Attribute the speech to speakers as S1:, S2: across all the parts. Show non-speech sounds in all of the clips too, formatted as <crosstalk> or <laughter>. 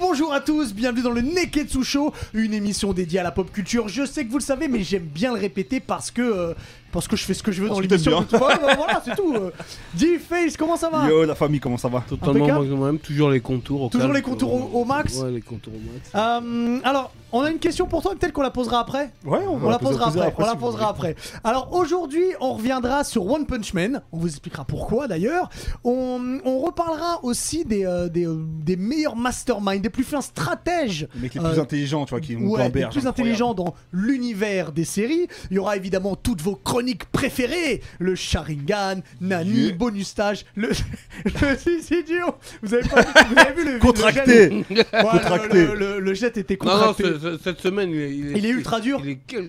S1: Bonjour à tous, bienvenue dans le Neketsu Show, une émission dédiée à la pop culture. Je sais que vous le savez, mais j'aime bien le répéter parce que euh, parce que je fais ce que je veux dans
S2: Parce que t'aimes
S1: l'émission. <laughs> Voilà, voilà, c'est tout. euh. D-Face, comment ça va
S2: Yo la famille, comment ça va
S3: Totalement
S1: Impeccable.
S3: moi-même, toujours les contours au
S1: Toujours
S3: calme,
S1: les contours au- au max
S3: Ouais, les contours au max.
S1: Euh, Alors, on a une question pour toi, peut-être qu'on la posera après.
S2: Ouais,
S1: On la posera après. on la posera après. Alors aujourd'hui, on reviendra sur One Punch Man. On vous expliquera pourquoi d'ailleurs. On, on reparlera aussi des, euh, des, euh, des meilleurs masterminds, des plus fins stratèges.
S2: Les mecs les
S1: Euh,
S2: plus intelligents, tu vois, qui hein. ont
S1: Ouais, les
S2: gamberge,
S1: plus
S2: incroyable.
S1: intelligents dans l'univers des séries. Il y aura évidemment toutes vos chroniques préférées le Sharingan, Nani,
S2: Yeah.
S1: Bonus Stage, le. <laughs> le si, si, Gio, vous avez, pas, vous avez vu le. le
S2: Contracté.
S1: jet- Ouais, le-
S2: Contracté.
S1: Le, le- le jet était
S3: Non, non,
S1: contracté.
S3: ce- ce- cette semaine, il est,
S1: Il est ultra dur.
S3: Il est quel- euh,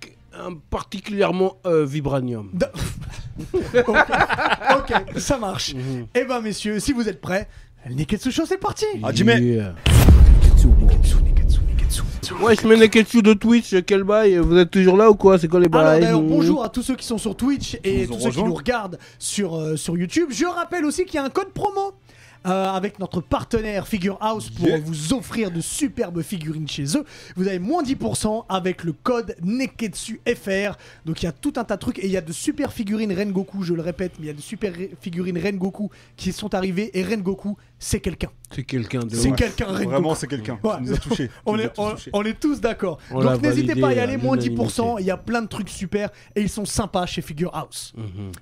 S3: quel- un particulièrement euh, vibranium.
S1: D- <laughs> ok, ok, ça marche.
S2: Mhm.
S1: Eh ben, messieurs, si vous êtes prêts, le Neketsu Show, c'est parti
S2: Ah, Jimmy.
S3: Yeah. euh, Ouais, je mets les questions de Twitch, quel bail Vous êtes toujours là ou quoi C'est quoi les
S1: Alors
S3: bails
S1: d'ailleurs,
S3: Mmh.
S1: bonjour à tous ceux qui sont sur Twitch et
S2: Ils
S1: tous
S2: nous ont
S1: ceux qui
S2: rejoints.
S1: nous regardent sur, euh, sur YouTube. Je rappelle aussi qu'il y a un code promo euh, avec notre partenaire Figure House pour
S2: Yeah.
S1: vous offrir de superbes figurines chez eux. Vous avez moins 10% avec le code NEKETSUFR. Donc il y a tout un tas de trucs et il y a de super figurines Rengoku, je le répète, mais il y a de super ré- figurines Rengoku qui sont arrivées et Rengoku, c'est quelqu'un.
S3: C'est quelqu'un de.
S1: C'est
S3: ouf.
S1: quelqu'un Rengoku.
S2: Vraiment, c'est quelqu'un.
S1: Ouais.
S2: Ça nous a
S1: <laughs>
S2: touché.
S1: On est, on, on est tous d'accord.
S3: On l'a
S1: Donc n'hésitez pas à y
S3: validé
S1: aller,
S3: à
S1: moins
S3: l'unanimité.
S1: 10%, il y a plein de trucs super et ils sont sympas chez Figure House.
S3: Mhm.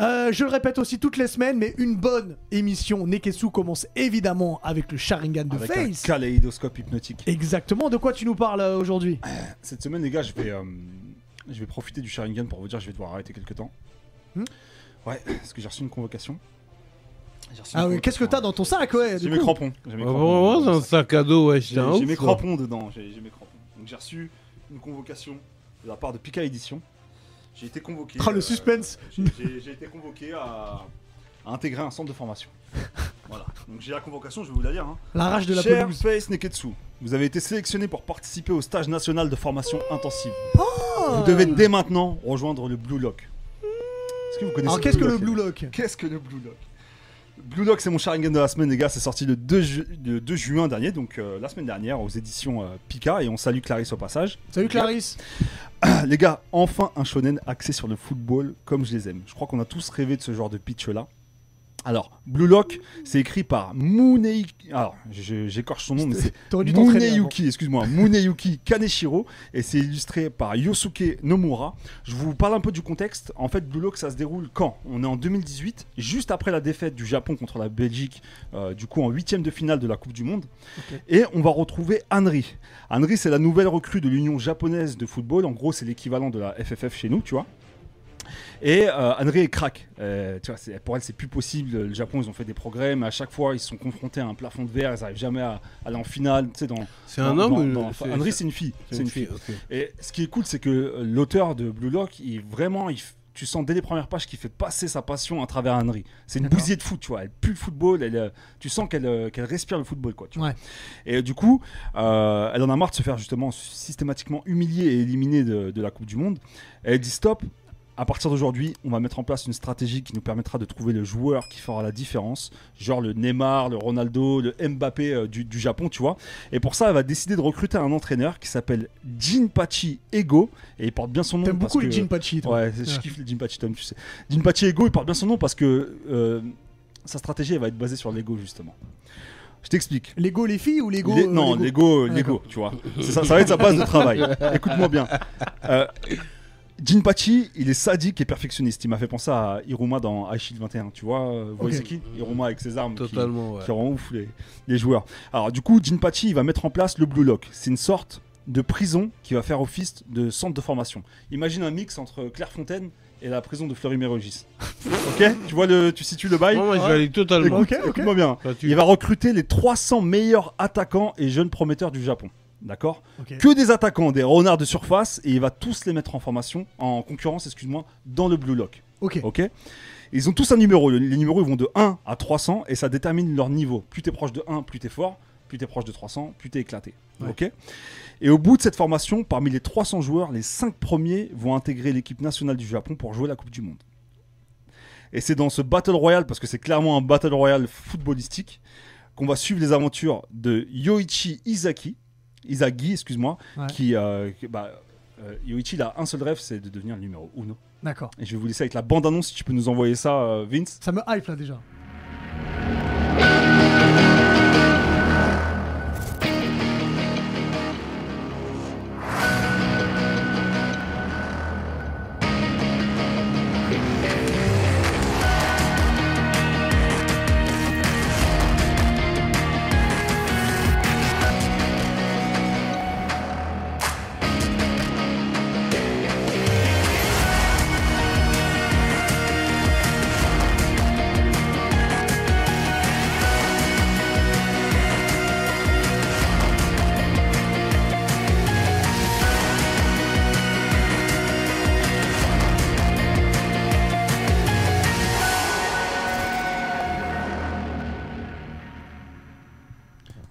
S1: Euh, je le répète aussi toutes les semaines, mais une bonne émission Neketsu commence évidemment avec le Sharingan de
S2: Avec un
S1: Face.
S2: kaléidoscope hypnotique.
S1: Exactement, de quoi tu nous parles euh, aujourd'hui
S2: Ah, Cette semaine, les gars, je vais, euh, je vais profiter du Sharingan pour vous dire que je vais devoir arrêter quelques temps.
S1: Hmm
S2: ouais, parce que j'ai reçu une convocation. J'ai reçu une
S1: Ah oui, qu'est-ce que t'as
S2: convocation.
S1: dans ton sac ouais,
S2: J'ai
S1: du
S2: mes
S1: coup
S2: crampons. J'ai mes
S3: Ah, Vraiment, c'est un
S2: crampons.
S3: sac à dos, ouais, c'est un
S2: J'ai j'ai
S3: ouf.
S2: mes
S3: quoi.
S2: crampons dedans. J'ai j'ai mes crampons. Donc j'ai reçu une convocation de la part de Pika Édition. J'ai été convoqué. euh,
S1: Ah, le suspense.
S2: j'ai- J'ai j'ai été convoqué à, à intégrer un centre de formation. voilà. Donc j'ai la convocation, je vais vous la lire. Hein.
S1: La rage de la
S2: Cher
S1: pelouse.
S2: Face Neketsu, vous avez été sélectionné pour participer au stage national de formation intensive. Vous devez dès maintenant rejoindre le Blue Lock. Est-ce que vous connaissez
S1: Alors qu'est-ce que le
S2: les
S1: Blue
S2: gars
S1: Lock
S2: Qu'est-ce que le Blue Lock Le Blue Lock, c'est mon Sharingan de la semaine, les gars. C'est sorti le 2, ju- le 2 juin dernier, donc euh, la semaine dernière, aux éditions euh, Pika. Et on salue Clarisse au passage.
S1: Salut Clarisse
S2: Les gars, enfin un shonen axé sur le football comme je les aime. Je crois qu'on a tous rêvé de ce genre de pitch là. Alors, Blue Lock, c'est écrit par Muneyuki. Alors, je- j'écorche son nom, mais c'est
S1: T'aurais dû t'entraîner. hein, avant.
S2: Muneyuki, excuse-moi, Muneyuki Kaneshiro, et c'est illustré par Yosuke Nomura. Je vous parle un peu du contexte. En fait, Blue Lock, ça se déroule quand On est en 2018, juste après la défaite du Japon contre la Belgique, euh, du coup en huitième de finale de la Coupe du Monde.
S1: Ok.
S2: Et on va retrouver Henry. Henry, c'est la nouvelle recrue de l'Union japonaise de football. En gros, c'est l'équivalent de la FFF chez nous, tu vois. Et euh, Henry est crack. Euh, tu vois, c'est- pour elle, c'est plus possible. Le Japon, ils ont fait des progrès, mais à chaque fois, ils se sont confrontés à un plafond de verre. Ils n'arrivent jamais à aller en finale. Tu sais, dans,
S3: C'est un
S2: dans-
S3: homme
S2: dans-
S3: ou une-
S2: dans-
S3: c'est-
S2: Henry, c'est une fille.
S3: C'est une fille, ok.
S2: Et ce qui est cool, c'est que euh, l'auteur de Blue Lock, il vraiment, il f- tu sens dès les premières pages qu'il fait passer sa passion à travers Henry. C'est une
S1: D'accord.
S2: bousier de foot, tu vois. Elle pue le football, elle, euh, tu sens qu'elle euh, qu'elle respire le football, quoi. tu vois.
S1: Ouais.
S2: Et euh, du coup, euh, elle en a marre de se faire justement systématiquement humilier et éliminer de, de la Coupe du Monde. Et elle dit stop. À partir d'aujourd'hui, on va mettre en place une stratégie qui nous permettra de trouver le joueur qui fera la différence, genre le Neymar, le Ronaldo, le Mbappé euh, du- du Japon, tu vois. Et pour ça, elle va décider de recruter un entraîneur qui s'appelle Jinpachi Ego. Et il porte bien son nom.
S1: T'aimes
S2: parce
S1: beaucoup les
S2: que-
S1: Jinpachi toi
S2: Ouais, je kiffe les Jinpachi Tom, tu sais. Jinpachi Ego, il porte bien son nom parce que euh, sa stratégie, elle va être basée sur l'ego, justement. Je t'explique.
S1: Lego les filles ou Lego
S2: Les-
S1: euh,
S2: non,
S1: Lego
S2: l'ego,
S1: Ah,
S2: l'ego, tu vois. C'est Ça, ça va être sa base de travail.
S1: <laughs>
S2: Écoute-moi bien. Euh, Jinpachi, il est sadique et perfectionniste. Il m'a fait penser à Hiruma dans Aishil 21, tu vois. Euh, Vous voyez
S1: Ok.
S2: c'est qui Hiruma avec ses armes. qui-
S3: Totalement, ouais.
S2: qui rend ouf les, les joueurs. Alors du coup, Jinpachi il va mettre en place le Blue Lock. C'est une sorte de prison qui va faire office de centre de formation. Imagine un mix entre Clairefontaine et la prison de Fleury-Mérogis. <laughs> ok Tu vois le, tu situes le bail
S3: Non, moi, je vais aller totalement.
S2: Écoute-
S1: Ok, ok.
S2: Écoute-moi bien.
S3: Toi, tu-
S2: Il va recruter les 300 meilleurs attaquants et jeunes prometteurs du Japon. D'accord
S1: Ok.
S2: Que des attaquants, des renards de surface, et il va tous les mettre en formation, en concurrence, excuse-moi, dans le Blue Lock.
S1: Ok.
S2: Ok Ils ont tous un numéro. Le- Les numéros ils vont de 1 à 300 et ça détermine leur niveau. Plus t'es proche de 1, plus t'es fort. Plus t'es proche de 300, plus t'es éclaté.
S1: Ouais.
S2: Ok Et au bout de cette formation, parmi les 300 joueurs, les 5 premiers vont intégrer l'équipe nationale du Japon pour jouer la Coupe du Monde. Et c'est dans ce Battle Royale, parce que c'est clairement un Battle Royale footballistique, qu'on va suivre les aventures de Yoichi Izaki, Izagi, excuse-moi,
S1: Ouais.
S2: qui, euh, qui- bah, euh, Yoichi, il a un seul rêve, c'est de devenir le numéro uno.
S1: D'accord.
S2: Et je vais vous laisser avec la bande-annonce, si tu peux nous envoyer ça, euh, Vince.
S1: Ça me hype là déjà.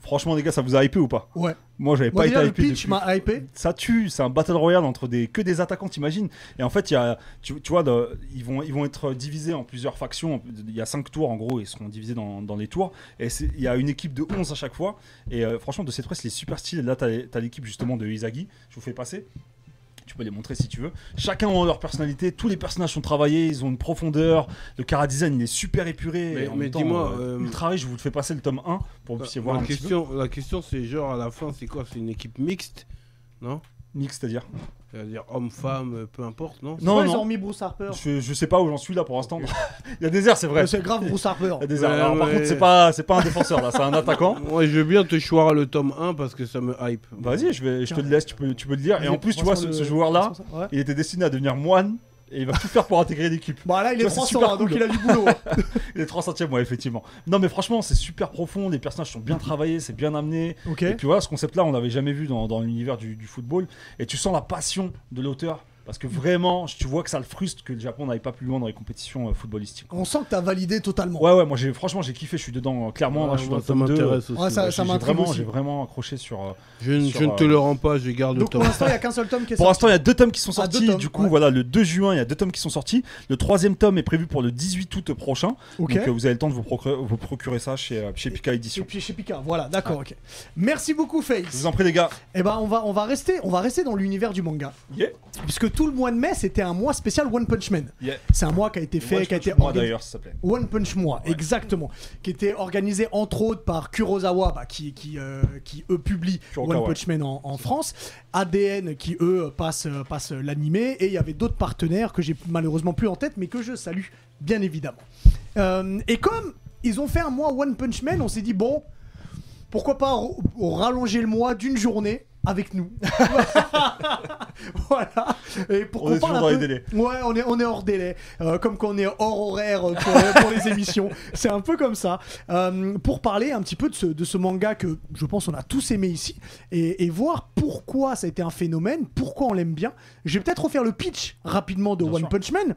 S2: Franchement, les gars, ça vous a hypé ou pas
S1: Ouais.
S2: Moi, j'avais
S1: Moi
S2: pas
S1: déjà
S2: été
S1: le
S2: hypé.
S1: pitch
S2: depuis-
S1: m'a hypé.
S2: ça tue, c'est un battle royale entre des que des attaquants, t'imagines Et en fait, il y a, tu, tu vois, de- ils vont ils vont être divisés en plusieurs factions. Il y a cinq tours en gros, ils seront divisés dans, dans les tours. Et c'est- il y a une équipe de 11 à chaque fois. Et euh, franchement, de cette presse, les super stylé. Là, t'as as, l'équipe justement de Izagi. Je vous fais passer. Tu peux les montrer si tu veux. Chacun a leur personnalité. Tous les personnages sont travaillés. Ils ont une profondeur. Le chara design, il est super épuré.
S3: Mais-
S2: et en
S3: mais
S2: même temps,
S3: dis-moi,
S2: euh,
S3: euh,
S2: ultra riche. Je vous le fais passer le tome 1 pour que vous puissiez voir un
S3: la,
S2: petit peu.
S3: question, la question, c'est genre à la fin, c'est quoi C'est une équipe mixte Non
S2: Nick, c'est-à-dire
S3: C'est-à-dire homme-femme, euh, peu importe, non
S1: Non, Ils ont remis Bruce Harper.
S2: Je, je sais pas où j'en suis là pour l'instant. <laughs> il y a des airs, c'est vrai.
S1: C'est grave Bruce Harper.
S2: Il y a des airs.
S3: Ouais,
S2: Alors, Par
S3: ouais.
S2: contre, c'est pas, c'est pas un défenseur là, c'est un attaquant.
S3: <laughs>
S2: Bah,
S3: Moi, je veux bien te choir le tome 1 parce que ça me hype.
S2: Vas-y, je, vais, je te le laisse, tu peux, tu peux le dire. Et en plus, tu vois, ce, ce joueur-là,
S1: Ouais.
S2: il était destiné à devenir moine et il va tout faire pour intégrer l'équipe.
S1: Bah là, il est
S2: Tu vois, c'est
S1: 300,
S2: super
S1: hein, donc
S2: cool.
S1: il a du
S2: <laughs>
S1: boulot. hein.
S2: Il est 300 e ouais, effectivement. Non, mais franchement, c'est super profond. Les personnages sont bien travaillés, c'est bien amené.
S1: ok.
S2: Et puis voilà, ce concept-là, on l'avait jamais vu dans, dans l'univers du, du football. Et tu sens la passion de l'auteur. Parce que vraiment, tu vois que ça le frustre que le Japon n'aille pas plus loin dans les compétitions euh, footballistiques.
S1: On sent que t'as validé totalement.
S2: Ouais, ouais, moi j'ai franchement j'ai kiffé, je suis dedans euh, clairement. là,
S3: Ouais,
S2: je suis
S3: moi,
S2: dans le
S3: ça
S2: tome 2.
S3: m'intéresse aussi.
S1: Ouais, Ah, ça-
S2: J'ai- j'ai
S1: m'intrigue
S2: vraiment,
S1: aussi.
S2: j'ai vraiment accroché sur. euh,
S3: Je, ne-
S2: sur,
S3: je ne te
S2: euh,
S3: le rends pas, je garde
S1: Donc pour
S3: le tome
S1: l'instant, il y a qu'un seul tome qui est
S2: Pour
S1: sorti.
S2: l'instant, il y a deux tomes qui sont
S1: Ah, deux
S2: sortis.
S1: tomes,
S2: du coup,
S1: ouais.
S2: voilà, le 2 juin, il y a deux tomes qui sont sortis. Le troisième tome est prévu pour le 18 août prochain.
S1: Ok.
S2: Donc euh, vous avez le temps de vous procurer, vous procurer ça chez, euh, chez Pika
S1: Et
S2: Edition.
S1: puis chez Pika, voilà, d'accord, ok. Merci beaucoup
S2: Je
S1: Face.
S2: vous en prie, les gars.
S1: Eh ben on va on va rester on va rester dans l'univers du manga
S2: Yeah.
S1: puisque tout le mois de mai c'était un mois spécial One Punch Man.
S2: Yeah.
S1: C'est un mois qui a été fait,
S2: Moi, je
S1: qui a
S2: pense que
S1: été
S2: moi,
S1: organisé.
S2: d'ailleurs, s'il te
S1: <laughs>
S2: plaît.
S1: One Punch Moi,
S2: Ouais.
S1: exactement, qui était organisé entre autres par Kurosawa, bah, qui, qui, euh, qui eux publient
S2: Kurokawa.
S1: One Punch Man en, en France, ADN qui eux passent, euh, passent l'animé, et il y avait d'autres partenaires que j'ai malheureusement plus en tête, mais que je salue, bien évidemment. Euh, et comme ils ont fait un mois One Punch Man, on s'est dit, bon, pourquoi pas r- rallonger le mois d'une journée avec nous <laughs> Voilà. Et pour
S2: On
S1: qu'on
S2: est
S1: parle
S2: toujours
S1: un
S2: dans les
S1: peu-
S2: délais.
S1: Ouais, on est, on est hors délai. Euh, comme qu'on est hors horaire euh, pour, euh, pour
S2: <laughs>
S1: les émissions. C'est un peu comme ça. Euh, pour parler un petit peu de ce, de ce manga que je pense on a tous aimé ici et, et voir pourquoi ça a été un phénomène, pourquoi on l'aime bien. Je vais peut-être refaire le pitch rapidement de
S2: Bien
S1: One
S2: sûr.
S1: Punch Man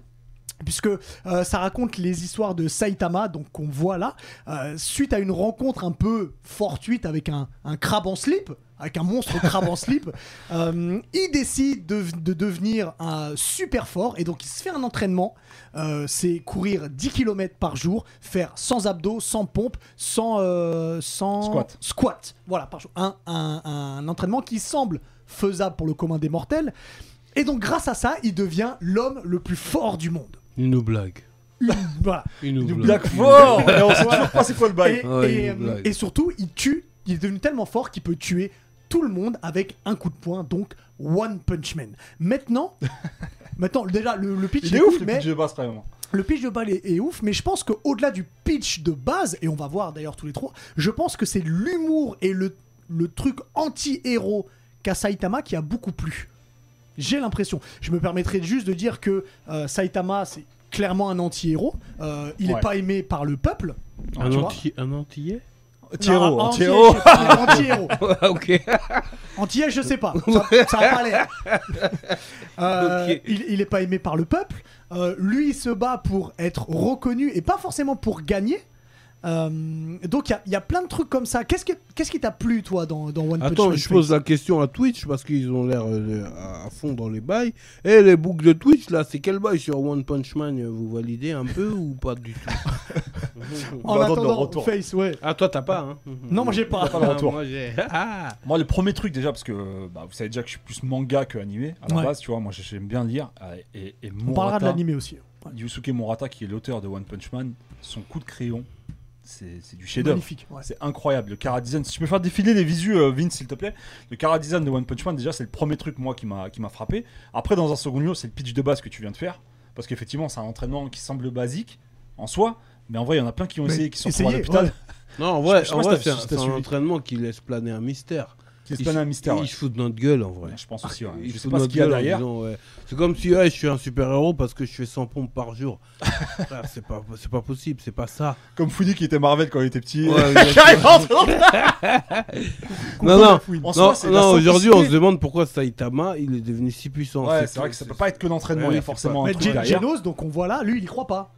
S1: puisque euh, ça raconte les histoires de Saitama, donc qu'on voit là, euh, suite à une rencontre un peu fortuite avec un, un crabe en slip, avec un monstre crabe en slip, euh, il décide de, de devenir un super fort et donc il se fait un entraînement, euh, c'est courir 10 km par jour, faire sans abdos, sans pompe, sans, euh, sans
S2: Squat.
S1: squat. Voilà, par jour. Un, un- un entraînement qui semble faisable pour le commun des mortels. Et donc grâce à ça, il devient l'homme le plus fort du monde.
S3: Il nous blague.
S1: Voilà.
S3: Il nous
S2: Du
S3: blague.
S2: Black Fort <laughs> Et on sait toujours pas c'est quoi le bail.
S1: Et,
S3: Ouais,
S1: et,
S3: il nous
S1: euh,
S3: blague.
S1: et surtout, il tue. Il est devenu tellement fort qu'il peut tuer tout le monde avec un coup de poing. Donc, One Punch Man.
S2: <laughs>
S1: Maintenant, maintenant, déjà le, le pitch
S2: Il est
S1: cool,
S2: ouf, le
S1: mais
S2: pitch de base, quand même.
S1: le pitch de balle est, est ouf. Mais je pense qu'au-delà du pitch de base, et on va voir d'ailleurs tous les trois, je pense que c'est l'humour et le, le truc anti-héros qu'a Saitama qui a beaucoup plu. J'ai l'impression. Je me permettrai juste de dire que euh, Saitama, c'est clairement un anti-héros. Euh, il n'est
S2: Ouais.
S1: pas aimé par le peuple.
S3: Un,
S1: tu vois.
S3: anti un antillais
S1: Oh,
S2: Thierry,
S1: Non,
S2: Thierry.
S1: anti-héros. Anti-héros.
S3: Ok.
S1: Antillais, je sais pas. Ça, ça a pas l'air. Euh,
S3: Ok.
S1: il, il est pas aimé par le peuple. Euh, lui, il se bat pour être reconnu et pas forcément pour gagner. Euh, donc il y a- il y, a plein de trucs comme ça. Qu'est-ce que- qu'est-ce qui t'a plu toi dans, dans One Punch
S3: Attends,
S1: Man
S3: je pose la question à Twitch parce qu'ils ont l'air euh, à à fond dans les bails. Et les boucles de Twitch, là, c'est quel bail sur One Punch Man euh, Vous validez un peu ou pas du tout
S1: En
S4: attendant le
S1: attendant,
S4: retour.
S1: Face, ouais.
S3: Ah, toi, t'as pas, hein
S1: Non, moi j'ai pas.
S2: Pas de retour.
S3: Moi, j'ai. Ah,
S2: Moi, le premier truc déjà, parce que bah, vous savez déjà que je suis plus manga que animé à la
S1: Ouais.
S2: base, tu vois. Moi, j'aime bien lire. euh, Et, et
S1: <laughs> On parlera de
S2: Murata-
S1: l'animé aussi. hein. Ouais.
S2: Yusuke Murata, qui est l'auteur de One Punch Man, son coup de crayon, c'est c'est du chef-d'œuvre.
S1: Magnifique. ouais.
S2: C'est incroyable. Le chara design. Si tu peux faire défiler les visus, euh, Vince, s'il te plaît. Le chara design de One Punch Man, déjà, c'est le premier truc moi qui m'a qui m'a frappé. Après, dans un second lieu, c'est le pitch de base que tu viens de faire, parce qu'effectivement, c'est un entraînement qui semble basique en soi, mais en vrai, il y en a plein qui ont
S1: Mais
S2: essayé, qui sont tombés à
S1: essayez,
S2: l'hôpital,
S1: ouais.
S3: non, en vrai,
S2: Je sais pas
S3: en
S2: si
S3: vrai,
S2: t'as-
S3: c'est un,
S2: si t'as
S3: c'est un
S2: suivi.
S3: entraînement qui laisse planer un mystère.
S2: qui se
S3: Il
S2: prennent
S3: se-
S2: un mystère.
S3: Ils
S2: ouais.
S3: se foutent de notre gueule, en vrai.
S2: Je pense aussi. ouais.
S3: Ils
S2: Je
S3: se
S2: sais
S3: foutent
S2: pas
S3: de
S2: ce
S3: notre
S2: qu'il y a
S3: gueule en
S2: derrière.
S3: disant, ouais, C'est comme si ouais, je suis un super-héros parce que je fais 100 pompes par jour.
S2: <laughs>
S3: Frère, c'est pas, c'est pas possible, c'est pas ça.
S2: Comme Foudi qui était Marvel quand il était petit. <laughs>
S3: Ouais,
S2: J'arrive pas à entendre.
S3: non, non,
S2: En soi,
S3: non,
S2: c'est la
S3: non aujourd'hui, on se
S2: simplicité.
S3: demande pourquoi Saitama, il est devenu si puissant.
S2: Ouais, c'est vrai que ça peut pas être que l'entraînement,
S3: Ouais,
S2: il y a
S3: c'est
S2: forcément un
S1: Mais
S2: truc
S1: Gen-
S2: derrière.
S1: Genos, donc on voit là, lui il y croit pas.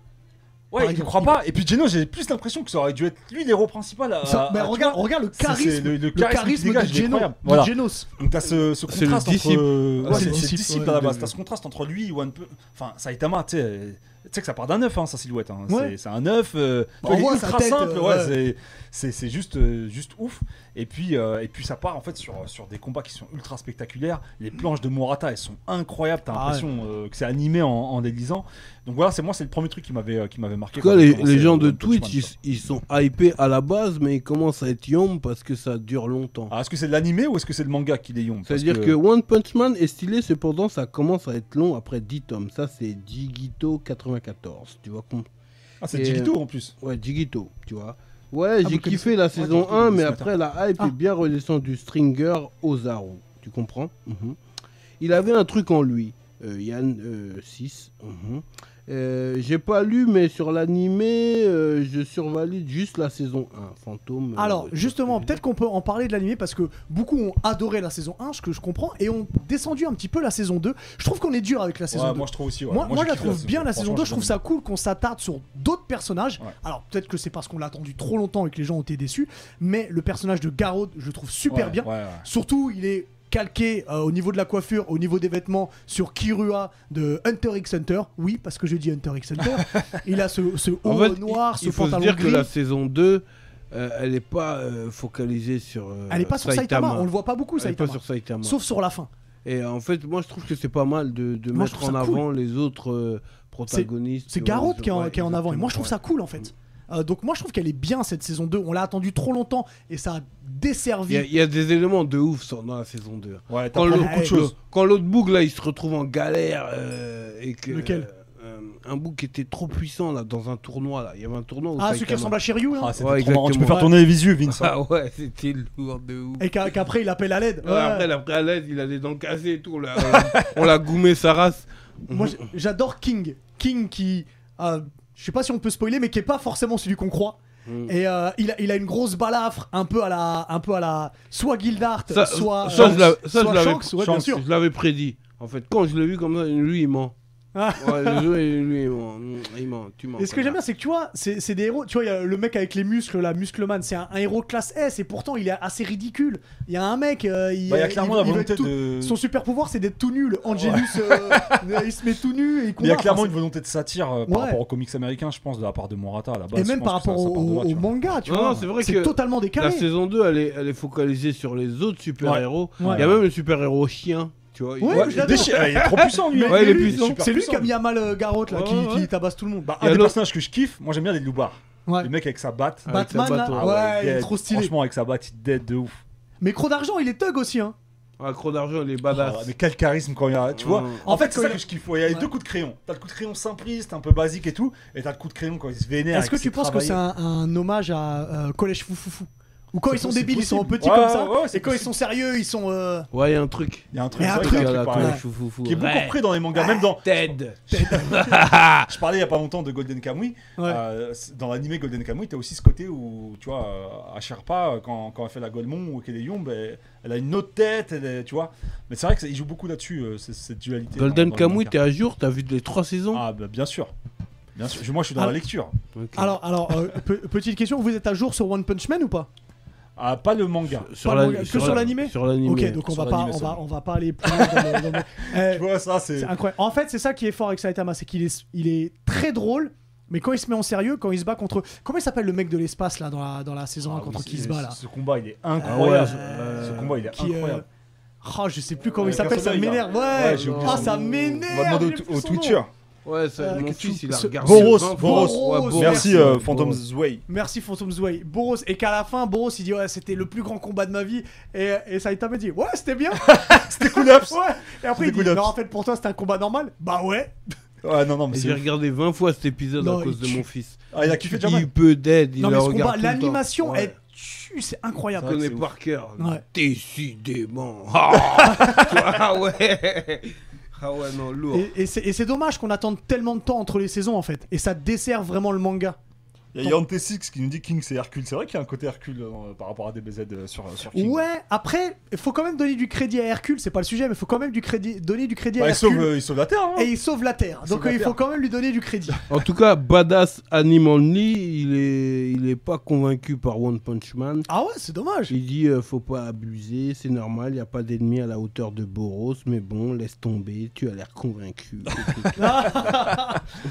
S2: Ouais,
S1: Par
S2: il ne
S1: exemple,
S2: croit
S1: il-
S2: pas. Et puis Geno, j'ai plus l'impression que ça aurait dû être lui l'héros principal. À,
S1: Ça-
S2: à-
S1: mais
S2: tu
S1: regarde,
S2: vois.
S1: regarde le
S2: C'est- c'est
S1: charisme.
S2: le, le
S1: Le charisme
S2: charisme,
S1: de,
S2: qui dégage, il est
S1: Geno-
S2: incroyable.
S1: de
S2: Voilà.
S1: Genos.
S2: Donc t'as ce, ce
S3: C'est le
S2: contraste entre.
S3: disciple.
S2: euh,
S1: Ah,
S2: ouais,
S1: c'est
S2: c'est
S1: le
S2: le
S1: disciple,
S2: disciple
S1: ouais,
S2: à la
S1: de-
S2: base. T'as ce contraste entre lui, One Punch. Enfin, Saitama, tu sais, euh, tu sais que ça part d'un œuf, hein, sa silhouette. hein.
S1: Ouais.
S2: C'est- C'est un œuf. euh, tu
S1: Bah,
S2: vois,
S1: on
S2: il est
S1: voit sa
S2: ultra
S1: tête,
S2: simple.
S1: euh,
S2: ouais,
S1: ouais.
S2: c'est- C'est c'est juste, euh, juste ouf. Et puis, euh, et puis ça part en fait sur, sur des combats qui sont ultra spectaculaires. Les planches de Morata, elles sont incroyables. T'as
S1: Ah,
S2: l'impression euh, que c'est animé en, en les lisant. Donc voilà, c'est moi, c'est le premier truc qui m'avait euh, qui m'avait marqué.
S3: En tout cas,
S2: quand j'ai
S3: les,
S2: commencé euh,
S3: les gens
S2: One Punch
S3: de
S2: Man,
S3: Twitch,
S2: quoi.
S3: ils, ils sont hypés à la base, mais ils commencent à être yom parce que ça dure longtemps.
S2: Alors, Ah, est-ce que c'est de l'animé ou est-ce que c'est le manga qui les yombe
S3: C'est-à-dire que... One Punch Man est stylé, cependant, ça commence à être long après 10 tomes. Ça, c'est Digito 94. Tu vois, com-
S2: Ah, c'est
S3: Et-
S2: Jigito en plus.
S3: ouais, Digito, tu vois. Ouais,
S1: Ah,
S3: j'ai
S1: vous
S3: kiffé la saison
S2: Digito,
S3: 1, mais
S2: ce
S3: après, la hype
S1: Ah.
S3: est bien redescendue. Stringer Ozaru, tu comprends Mhm. Il avait un truc en lui, euh, Yann 6. j'ai pas lu, mais sur l'animé, euh, je survalide juste la saison 1, Fantôme. euh,
S1: Alors
S3: tu vois
S1: justement,
S3: ce que je veux
S1: peut-être qu'on peut en parler de l'animé parce que beaucoup ont adoré la saison 1, ce que je comprends, et ont descendu un petit peu la saison 2. Je trouve qu'on est dur avec la saison
S2: Ouais,
S1: 2.
S2: moi je trouve aussi. ouais.
S1: Moi, moi,
S2: j'ai
S1: je la
S2: kiffé
S1: trouve bien la saison 2,
S2: Franchement,
S1: je trouve
S2: j'ai
S1: ça cool qu'on s'attarde sur d'autres personnages.
S2: Ouais.
S1: Alors peut-être que c'est parce qu'on l'a attendu trop longtemps et que les gens ont été déçus, mais le personnage de Garrod, je le trouve super
S2: Ouais,
S1: bien.
S2: ouais, ouais.
S1: Surtout, il est calqué euh, au niveau de la coiffure, au niveau des vêtements sur Kirua de Hunter x Hunter. Oui, parce que je dis Hunter x Hunter. il a ce, ce haut
S3: En fait,
S1: noir,
S3: il,
S1: ce
S3: il faut se
S1: pantalon
S3: dire
S1: gris.
S3: que la saison 2, euh, elle n'est pas euh, focalisée sur euh,
S1: Elle est pas sur Saitama. on le voit pas beaucoup
S3: Elle est
S1: Saitama.
S3: pas sur Saitama.
S1: Sauf sur la fin.
S3: Et en fait, moi, je trouve que c'est pas mal de, de
S1: Moi, je
S3: mettre
S1: trouve
S3: en
S1: ça
S3: avant les autres euh, protagonistes.
S1: C'est
S3: euh,
S1: Garrod
S3: sur-
S1: qui est en,
S3: ouais,
S1: qui est en avant. Et moi, je trouve
S3: exactement,
S1: ça cool en fait. Euh, donc moi je trouve qu'elle est bien cette saison 2, on l'a attendu trop longtemps et ça a
S3: ouais. Il y a-
S1: desservi.
S3: il y, a des éléments de ouf sur- dans la saison 2.
S2: Ouais,
S3: Quand
S2: t'apprends
S3: le-
S2: beaucoup de
S1: eh,
S2: choses.
S3: Quand l'autre boug, là, il se retrouve en galère euh, et que...
S1: Lequel
S3: euh, Un boug qui était trop puissant, là, dans un tournoi, là. Il y avait un tournoi où
S1: Ah celui qui
S3: Saitama...
S1: ressemble à Shiryu là
S2: Ah, c'était
S3: Ouais,
S2: trop marrant. Tu peux
S3: exactement.
S2: faire tourner les visus, Vince. hein.
S3: <laughs> Ah ouais, c'était lourd de ouf.
S1: Et qu'a- qu'après il appelle à l'aide.
S3: Ouais,
S1: Ouais.
S3: Après, la après, à l'aide, il a les dents cassées et tout. Là, on l'a goumé
S1: <laughs>
S3: sa race.
S1: <laughs> Moi, j- j'adore King. King qui. euh, je sais pas si on peut spoiler, mais qui est pas forcément celui qu'on croit.
S3: Mm.
S1: Et euh, il, a, il a une grosse balafre, un peu à la. Un peu à la soit Guildart,
S3: Ça,
S1: soit.
S3: ça,
S1: euh,
S3: je l'avais- ça,
S1: soit
S3: je l'avais-
S1: Shanks, ouais, bien
S2: Shanks.
S1: sûr.
S3: Je l'avais prédit. En fait, quand je l'ai vu comme ça, lui, il ment.
S1: Ah.
S3: Ouais, le jeu, il- lui, il ment. Il ment, tu mens.
S1: Et ce que j'aime bien, c'est que tu vois, c'est c'est des héros. Tu vois, il y a le mec avec les muscles, la muscleman, c'est un, un héros classe S, et pourtant il est assez ridicule. Il y a un mec, euh, il,
S2: Bah, Il y a
S1: il-
S2: clairement
S1: il
S2: la
S1: veut
S2: volonté
S1: être tout-
S2: de. Oh.
S1: Son super pouvoir, c'est d'être tout nul. Angelus,
S2: <laughs>
S1: euh, il se met tout nu et il
S2: Il y a
S1: combat.
S2: clairement
S1: Enfin,
S2: une volonté de satire euh, par
S1: Ouais.
S2: rapport aux comics américains, je pense, de la part de Morata à la base.
S1: Et
S2: Bah, je
S1: même
S2: pense
S1: par
S2: que ça-
S1: rapport
S2: ça
S1: au,
S2: part de là,
S1: au
S2: tu vois.
S1: manga, tu
S3: Non,
S1: vois.
S3: non, c'est vrai que
S1: totalement
S3: La
S1: décalé.
S3: saison 2, elle est, elle est focalisée sur les autres super-héros.
S1: Ouais.
S3: Il y a même le super-héros chien. Tu vois, il-
S1: Ouais, je
S2: Ouais,
S1: l'adore.
S2: déchiré. Ouais, Il
S1: <laughs>
S2: est trop puissant, lui.
S1: Mais-
S3: Ouais,
S1: mais
S3: il est
S1: lui,
S3: puissant.
S2: super
S1: C'est lui
S2: puissant,
S1: qui a mis à mal euh, Garrote là,
S3: Ouais,
S1: qui,
S3: ouais.
S1: qui tabasse tout le monde.
S2: Bah,
S3: Il y
S2: un
S3: a
S2: des
S3: l'autre-
S2: personnages que je kiffe, moi j'aime bien les Loubar.
S1: Ouais.
S2: Le mec avec sa batte.
S3: Avec
S1: Batman,
S3: sa
S1: là,
S3: batte,
S1: ah
S3: ouais,
S1: ouais,
S2: Ah
S1: il est
S2: dead.
S1: trop stylé.
S2: Franchement, avec sa batte, il dead de ouf.
S1: Mais Croc d'argent, il est thug aussi. Hein.
S3: Un croc d'argent, il est
S2: Ah,
S3: badass.
S2: mais quel charisme quand il y a. Tu vois,
S3: Ouais.
S2: en,
S1: En
S2: fait,
S1: fait,
S2: c'est
S1: quand
S2: ça
S1: il-
S2: que je kiffe. ouais, Il y a les
S1: Ouais.
S2: deux coups de crayon. T'as le coup de crayon simpliste, un peu basique et tout. Et t'as le coup de crayon quand il se vénère.
S1: Est-ce que tu penses que c'est un, un hommage à euh, Collège Foufoufou Ou quand
S2: C'est
S1: ils sont
S2: possible,
S1: débiles, ils sont
S2: possible.
S1: petits
S2: Ouais,
S1: comme ça,
S2: ouais, ouais, c'est
S1: et quand ils
S2: possible.
S1: sont sérieux, ils sont. euh,
S3: Ouais, il y a un truc.
S2: Il y a un
S1: Il
S2: truc,
S1: y a un
S2: c'est vrai
S1: truc,
S2: qu'il y a
S3: Il y a la
S2: pareil.
S3: collègue foufoufou.
S2: qui est beaucoup
S3: Ouais.
S2: repris dans les mangas, même dans.
S3: Ted.
S2: Je parlais il y a pas longtemps de Golden Kamuy.
S1: Ah. Ouais.
S2: Euh, c'est- dans l'animé Golden Kamuy, t'as aussi ce côté où, tu vois, euh, à Sherpa, euh, quand, quand elle fait la Golemon ou qu'elle est Yombe, elle, elle a une autre tête, elle est- tu vois. Mais c'est vrai qu'il joue beaucoup là-dessus, euh, c- cette dualité. dans-
S3: Golden
S2: dans le
S3: Kamuy,
S2: manga.
S3: t'es à jour T'as vu les trois saisons
S2: Ah, bah, bien sûr. Bien sûr. Je- Moi, je suis dans
S1: Ah.
S2: la lecture.
S3: Ok.
S1: Alors, alors euh, pe- petite question, vous êtes à jour sur One Punch Man ou pas
S2: Ah, pas le manga.
S1: Pas
S3: la-
S1: le manga, que sur
S3: la-
S1: l'animé
S3: Sur l'animé.
S1: Ok, donc on
S2: sur
S1: va, pas,
S2: l'animé
S1: on, va,
S2: seulement.
S1: on va pas aller plus loin dans le- <laughs> dans le- Eh,
S2: Tu vois, ça, c'est.
S1: C'est incroyable. En fait, c'est ça qui est fort avec Saitama, c'est qu'il est, il est très drôle, Mais quand il se met en sérieux, quand il se bat contre. Comment il s'appelle le mec de l'espace là dans la, dans la saison 1 contre qui il se bat là
S2: Ah, Ce combat, il est
S1: incroyable.
S2: incroyable.
S1: Ah Euh,
S2: ce combat, il est
S1: qui, euh,
S2: incroyable.
S1: Oh, je sais plus comment
S2: Ouais,
S1: il s'appelle, ça
S2: Persona, il a-
S1: m'énerve.
S2: Ouais,
S1: Ouais,
S2: j'ai oublié
S1: Ah,
S2: son
S1: ça
S2: nom.
S1: m'énerve.
S2: On va demander
S1: j'ai
S2: au-
S1: plus
S2: au,
S1: son nom.
S2: Twitcher.
S3: Ouais, ça,
S1: Euh,
S3: mon
S1: qu'est-ce
S3: fils,
S1: que-
S3: il a
S1: ce-
S3: regardé.
S2: Boros,
S3: vingt fois.
S2: Boros,
S3: Ouais,
S1: Boros,
S2: Merci, euh, Phantom Way.
S1: Merci Phantom Way, Boros, et qu'à la fin, Boros il dit ouais, c'était le plus grand combat de ma vie, et, et Saitama dit ouais, c'était bien,
S2: <laughs> C'était cool, Ops.
S1: <laughs> ouais, et après il
S2: C'était
S1: dit
S2: cool,
S1: non, en fait pour toi c'était un combat normal, bah ouais,
S2: Ouais, non, non, mais
S3: Et
S2: c'est.
S3: J'ai regardé 20 fois cet épisode
S1: Non,
S3: à cause de
S1: il tue.
S3: mon fils.
S2: Ah, il a kiffé
S3: Il
S2: Jamal.
S3: peut d'aide, il
S1: non mais
S3: la
S1: ce combat,
S3: regarde tout le temps.
S1: l'animation
S3: Ouais.
S1: elle tue, c'est
S3: Je
S1: incroyable.
S2: Ouais,
S3: connais
S2: c'est
S3: par cœur.
S1: Ouais. <laughs>
S3: Décidément. Ah Ah ouais. Ah ouais, non, lourd.
S1: Et, et c'est- et c'est dommage qu'on attende tellement de temps entre les saisons en fait, et ça dessert vraiment le manga.
S2: Il y a Yante6 qui nous dit King c'est Hercule. C'est vrai qu'il y a un côté Hercule euh, par rapport à DBZ euh, sur, sur King.
S1: Ouais, après, il faut quand même donner du crédit à Hercule, c'est pas le sujet, mais il faut quand même du crédit, donner du crédit à
S2: Bah, il,
S1: Hercule.
S2: sauve, euh, il sauve la Terre. hein.
S1: Et il sauve la Terre, donc
S2: sauve la
S1: euh, il faut
S2: Terre.
S1: quand même lui donner du crédit.
S2: <laughs>
S3: En tout cas, Badass Anime Only, il est, il est pas convaincu par One Punch Man.
S1: Ah ouais, c'est dommage.
S3: Il dit, euh, faut pas abuser, c'est normal, il n'y a pas d'ennemi à la hauteur de Boros, mais bon, laisse tomber, tu as l'air
S1: <laughs>
S3: convaincu.
S2: <laughs>